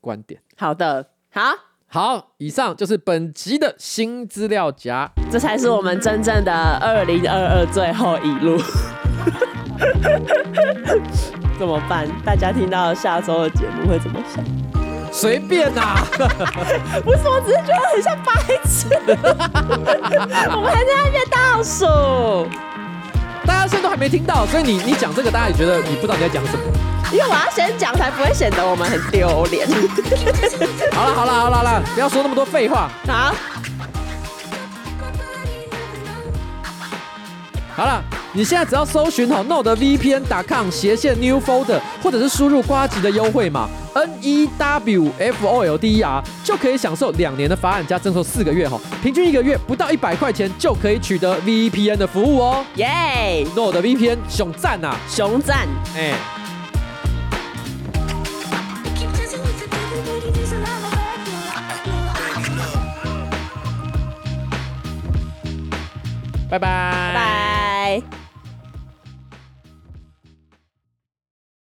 [SPEAKER 2] 观点。
[SPEAKER 1] 好的，好，
[SPEAKER 2] 好，以上就是本集的新资料夹。
[SPEAKER 1] 这才是我们真正的二零二二最后一路。 怎么办？大家听到下周的节目会怎么想？
[SPEAKER 2] 随便呐、
[SPEAKER 1] 不是，我只是觉得很像白痴。 我们还在那边倒数，
[SPEAKER 2] 大家现在都还没听到，所以你你讲这个，大家也觉得你不知道你在讲什么。
[SPEAKER 1] 因为我要先讲，才不会显得我们很丢脸。
[SPEAKER 2] 好了好了好了好了，不要说那么多废话。
[SPEAKER 1] 好，
[SPEAKER 2] 好了，你现在只要搜寻好 E nodevpn.com 斜线 new folder，或者是输入瓜吉的优惠码 N E W F O L D E R，就可以享受两年的法案加赠送四个月哈，平均一个月不到一百块钱就可以取得 VPN 的服务哦。
[SPEAKER 1] 耶，
[SPEAKER 2] nodevpn E 熊赞呐、啊，
[SPEAKER 1] 熊赞。
[SPEAKER 2] 哎、
[SPEAKER 4] Keep dancing with the baby, baby, there's a lullaby.
[SPEAKER 2] 拜拜。